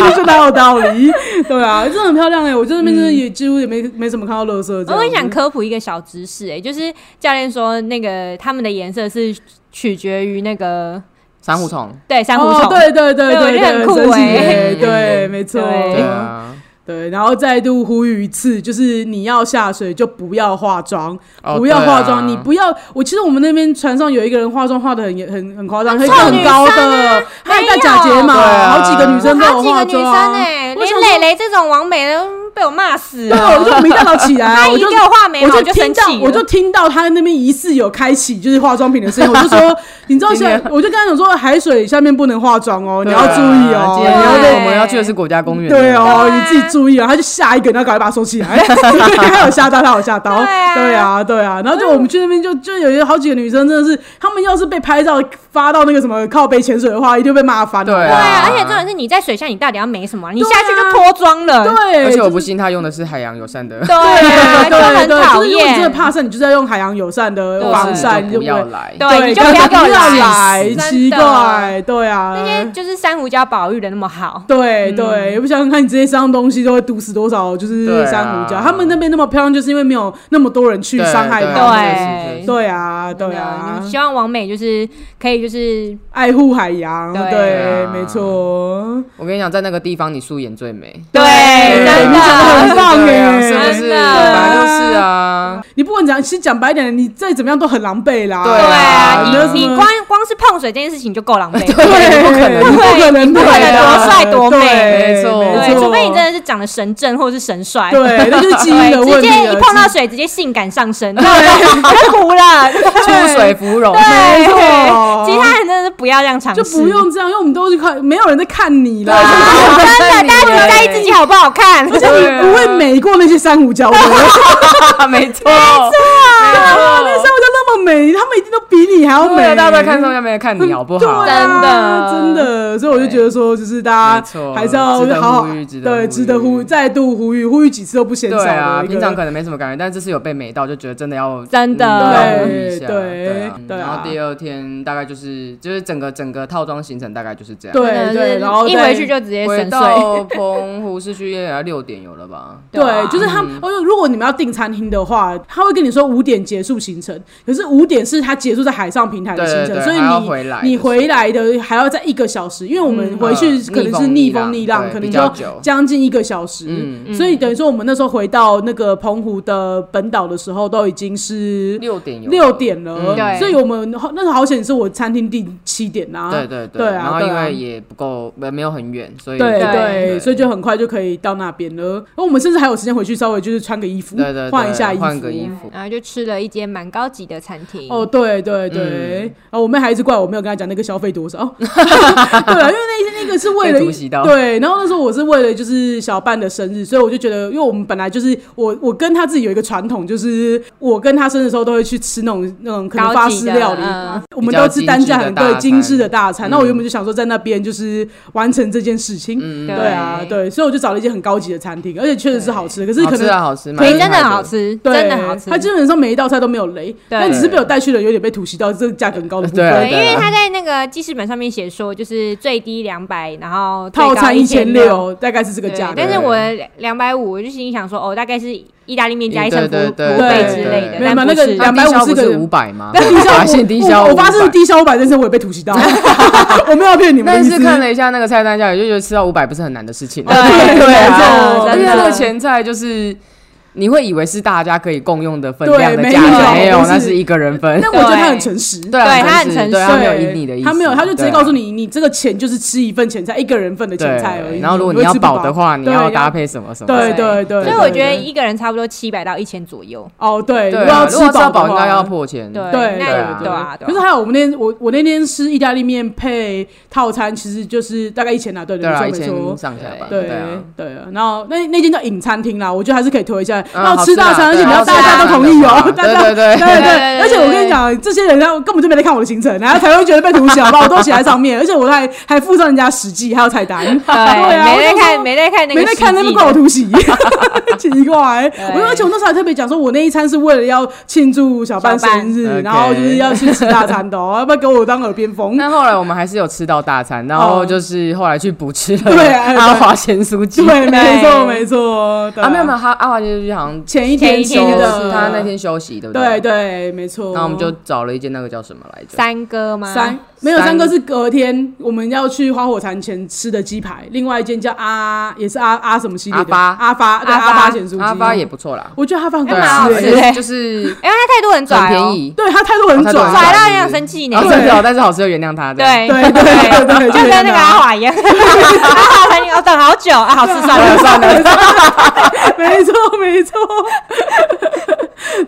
你说哪有道理？对啊，真的很漂亮哎、我在那边真的也几乎也没没什么看到垃圾这样子。嗯我很想科普一个小知识、哎，就是教练说那个他们的颜色是取决于那个珊瑚虫。对珊瑚哦虫，对对对对我对，觉得很酷神奇欸耶嗯对，没错，对对啊，对，然后再度呼吁一次，就是你要下水就不要化妆，哦不要化对啊妆，你不要。我其实我们那边船上有一个人化妆化的很严很很夸张，很一个少很啊女高生啊的，她还戴没假睫有毛，对啊好几个女生都好有几化个女妆。生哎、我想连说磊磊这种王美的被我骂死对，了。哦我就没看到起 (laughs) 来，啊他我一就给我画眉我毛就就听生到，气我就了。听到他那边疑似有开启就是化妆品的声音，我就 (laughs) 说，你知道现在，我就跟他讲说，海水下面不能化妆哦，你要注意哦，啊今你天要因对为我们要去的是国家公园。对哦，对啊你自己注意啊。他就下一个，然后赶快把他收起 (laughs) 来，他有吓到，他有吓到，对啊对啊，对啊。然后就我们去那边就就有一好几个女生，真的是，她们要是被拍照发到那个什么靠背潜水的话，一定会被骂翻。对对啊，而且真重点是你在水下，你到底要美什么啊？你对啊下去就脱妆了。对，而且我就是不信他用的是海洋友善的，对对啊，就对很对，讨就是如果你真的厌。怕晒，你就是要用海洋友善的对防晒，就你是就不不要会。来。对，你就啊不不要给我要来来，，真的奇怪，对啊。那些就是珊瑚礁保育的那么好，对嗯对，也不想想看你这些伤东西都会毒死多少，就是对啊珊瑚礁。他们那边那么漂亮，就是因为没有那么多人去对伤害对它们。对对啊，对真的啊，希望王美就是可以就是爱护海洋，对对，啊没错。我跟你讲，在那个地方你素颜最美。对哎对真你讲得的啊很棒哎，是不是？真的本来就是啊，你不管讲，其实讲白一点，你再怎么样都很狼狈啦。对对啊，对啊你没有什你么光光是碰水这件事情就够狼狈 (laughs) 了。对，不可能不可能，不可能对啊多帅多美对没错没对，错，除非你真的是长得神正或是神帅，对，那就是基因的对，问直题接了。一碰到水直接性感上升，对， (laughs) 就糊 (laughs) 了，出水芙蓉。没对错，其他人真的是不要这样尝试，就不用这样，因为我们都是看，没有人在看你了。啊，真 (laughs) 的，大家只在意自己好不好 (laughs) 看，而且啊你不会美过那些珊瑚 (laughs) 礁的， (laughs) 没错，那些没珊瑚礁那么美，他们一定都比你还要错，美。啊大家都在看上面，没有看你好不对好？啊真真的的，所以我就觉得说，就是大家没错还是要值得好好呼吁值得对，呼值得吁呼吁，再度呼吁，呼吁几次都不嫌少对啊，的一个。平常可能没什么感觉，但这次有被美到，就觉得真的要真的嗯要呼吁一下。对对啊，对啊然后第二天大概就是就是整个整个套装行程大概就是这样。对对，然后一再回去就直接回神睡，到澎湖市区也要六点有了吧？啊对，就是他嗯们。哦，如果你们要订餐厅的话，他会跟你说五点结束行程，可是五点是他结束在海上平台的行程，对对对所以还要你回来你的回来的还要再一个小时，因为我们回去嗯可能是呃逆逆风风逆逆浪浪，可能对就要比较久将近一个小时。嗯所以等于说，我们那时候回到那个澎湖的本岛的时候，都已经是六点有了六点了。嗯对所以我们那时候好险是我餐厅订七点啊。对对对啊然后对因啊为也不够，没没有很远，所以对对对，所以就很快就可以到那边了。然后我们甚至还有时间回去稍微就是穿个衣服，对对换一下对衣服，换个衣服。然后就吃了一间蛮高级的餐厅，哦，对对嗯对，然后、我妹还一直怪我没有跟她讲那个消费多少， (laughs) 对 (laughs) 啊，因为那那个是为了被突袭到对，然后那时候我是为了就是小半的生日，所以我就觉得，因为我们本来就是我我跟她自己有一个传统，就是我跟她生日的时候都会去吃那种那种可能高法级式的料理，嗯我们都吃单价很比较精致的大对精致的大餐嗯餐。那我原本就想说在那边就是完成这件事情，对对啊对，所以我就找了一间很高级的餐厅，而且确实是好吃的，可是好可吃能啊，好吃，可蛮以厉真的害很好吃，对，真的很好吃它。基本上每一道菜都没有雷，但只是被我带去的有点被突袭到这个价格很高的部分。对对，因为他在那个记事本上面写说，就是最低两百，然后最高套餐一千1600。六，大概是这个对价格。但是我两百五，我就心里想说，哦，大概是意大利面加一层对服对务对对费之类的对，没有但那不个是两那百低消五是不是个五百吗？但 (laughs) 低消发现低消我我500发现低消五百，但是我也被突袭 (laughs) 到， (laughs) 我没有骗你们的但意思。是看了一下那个 (laughs) 菜单价，也就觉得吃到五百不是很难的事 (laughs) 情。对对对啊真啊的而且那个前菜就是你会以为是大家可以共用的分对量的没家有床，没有，就是那是一个人分。但我觉得他对很诚实， (laughs) 对啊，对他很诚诚实，实对他没有对赢你的意思，他没有，他就直接对啊告诉你，你这个钱就是吃一份前菜，一个人份的前菜而已。对然后如果你会要吃不饱的话，你对要要搭配什么什么。对对对，所以对我觉得对一个人差不多七百到一千左右。哦对，对如果啊，要如吃果吃到饱饱的应该话要破千。对，对那对也啊对啊，对可是啊。还有我们那天我我那天吃意大利面配套餐，其实就是大概一千啦，对对对啊，没一错没千错。上下吧。对啊。对啊，然后那那间叫影餐厅啦，我觉得还是可以推一下。嗯要好吃吃啊大餐，而对且你要啊好吃大家啊都同意哦， (laughs) 大家对对对对，对对 (laughs) 对而且我跟你讲，这些人家根本就没在看我的行程，然后才会觉得被吐小把我都写在上面，而且我还还附上人家实际还有菜 (laughs) 单，对对，啊，没我在就看，说没在看那个，没在看那边怪我，突 (laughs) 袭，奇怪。我而且我那时候还特别讲说，我那一餐是为了要庆祝小半小半生日， OK 然后就是要去吃大餐的、 (laughs) 哦，要不要给我当耳边风？那后来我们还是有吃到大餐，然后就是后来去补吃了对啊对啊阿华咸酥鸡。对，没错，对没错。对啊，没有没有，他阿华咸酥鸡好像前一前天一吃天休的的，他那天休息，对不对对？对，没错。那我们就找了一间那个叫什么来着？三哥吗？三没有三三哥是隔天我们要去花火坛前吃的鸡排，另外一间叫阿也是阿阿什么系列的阿发阿发对阿阿发发咸酥鸡，阿发也不错啦，我觉得阿发很哎蛮好好吃吃欸，的对，啊就是哎，他态度很拽很哦，便宜，对他态度很哦态度很哦拽拽，拽到让人生气呢然。后很好，但是好吃就原谅他。这对样对对对对，就跟那个阿华一样， (laughs) 阿华陪你我等好久啊，好吃算了算了。没错，没错，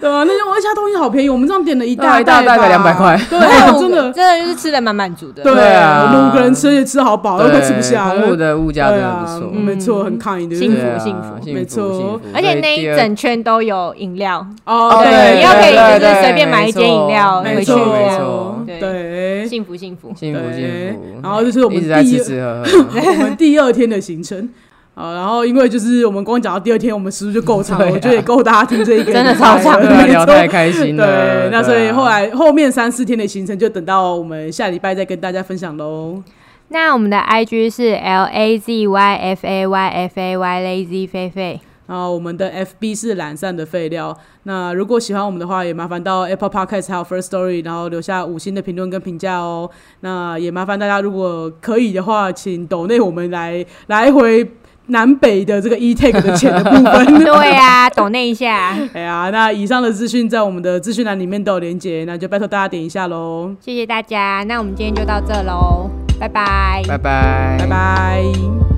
对啊，那些而且它东西好便宜，我们这样点了一大对一大袋袋吧200块 (laughs) 对，啊真的，真的就是吃的满满足的。对对啊我们五个人吃也吃好饱，都快吃不下澎湖了。的物价真对的不啊错，，没错，很 kind，对不嗯幸福对对啊幸福没错幸福而且那一所以第二整圈都有饮料，哦哦，对对，以后可以对就是对随便买一没间错饮料没回去错，这没样，错，对对。幸福幸福。幸福对幸福。然后就是我们一直在第一吃吃喝喝，我们第二天的行程。啊，然后因为就是我们光讲到第二天，我们食物就够长了，对啊我觉得也够大家听这一个 (laughs) 真的礼拜超长了对啊，没聊错太开 (laughs) 心了。对，那所以啊后来后面三四天的行程就等到我们下礼拜再跟大家分享喽。那我们的 IG 是 L A Z Y F A Y F A Y Lazy (laughs) 菲菲，然后我们的 FB 是懒散的废料。那如果喜欢我们的话，也麻烦到 Apple Podcast 还有 First Story，然后留下五星的评论跟评价哦。那也麻烦大家，如果可以的话，请抖内我们来来回南北的这个 E Tag 的钱的部 (laughs) 分。对呀，抖那一下，哎呀，那以上的资讯在我们的资讯栏里面都有连接，那就拜托大家点一下喽，谢谢大家。那我们今天就到这喽，拜拜，拜拜，拜拜。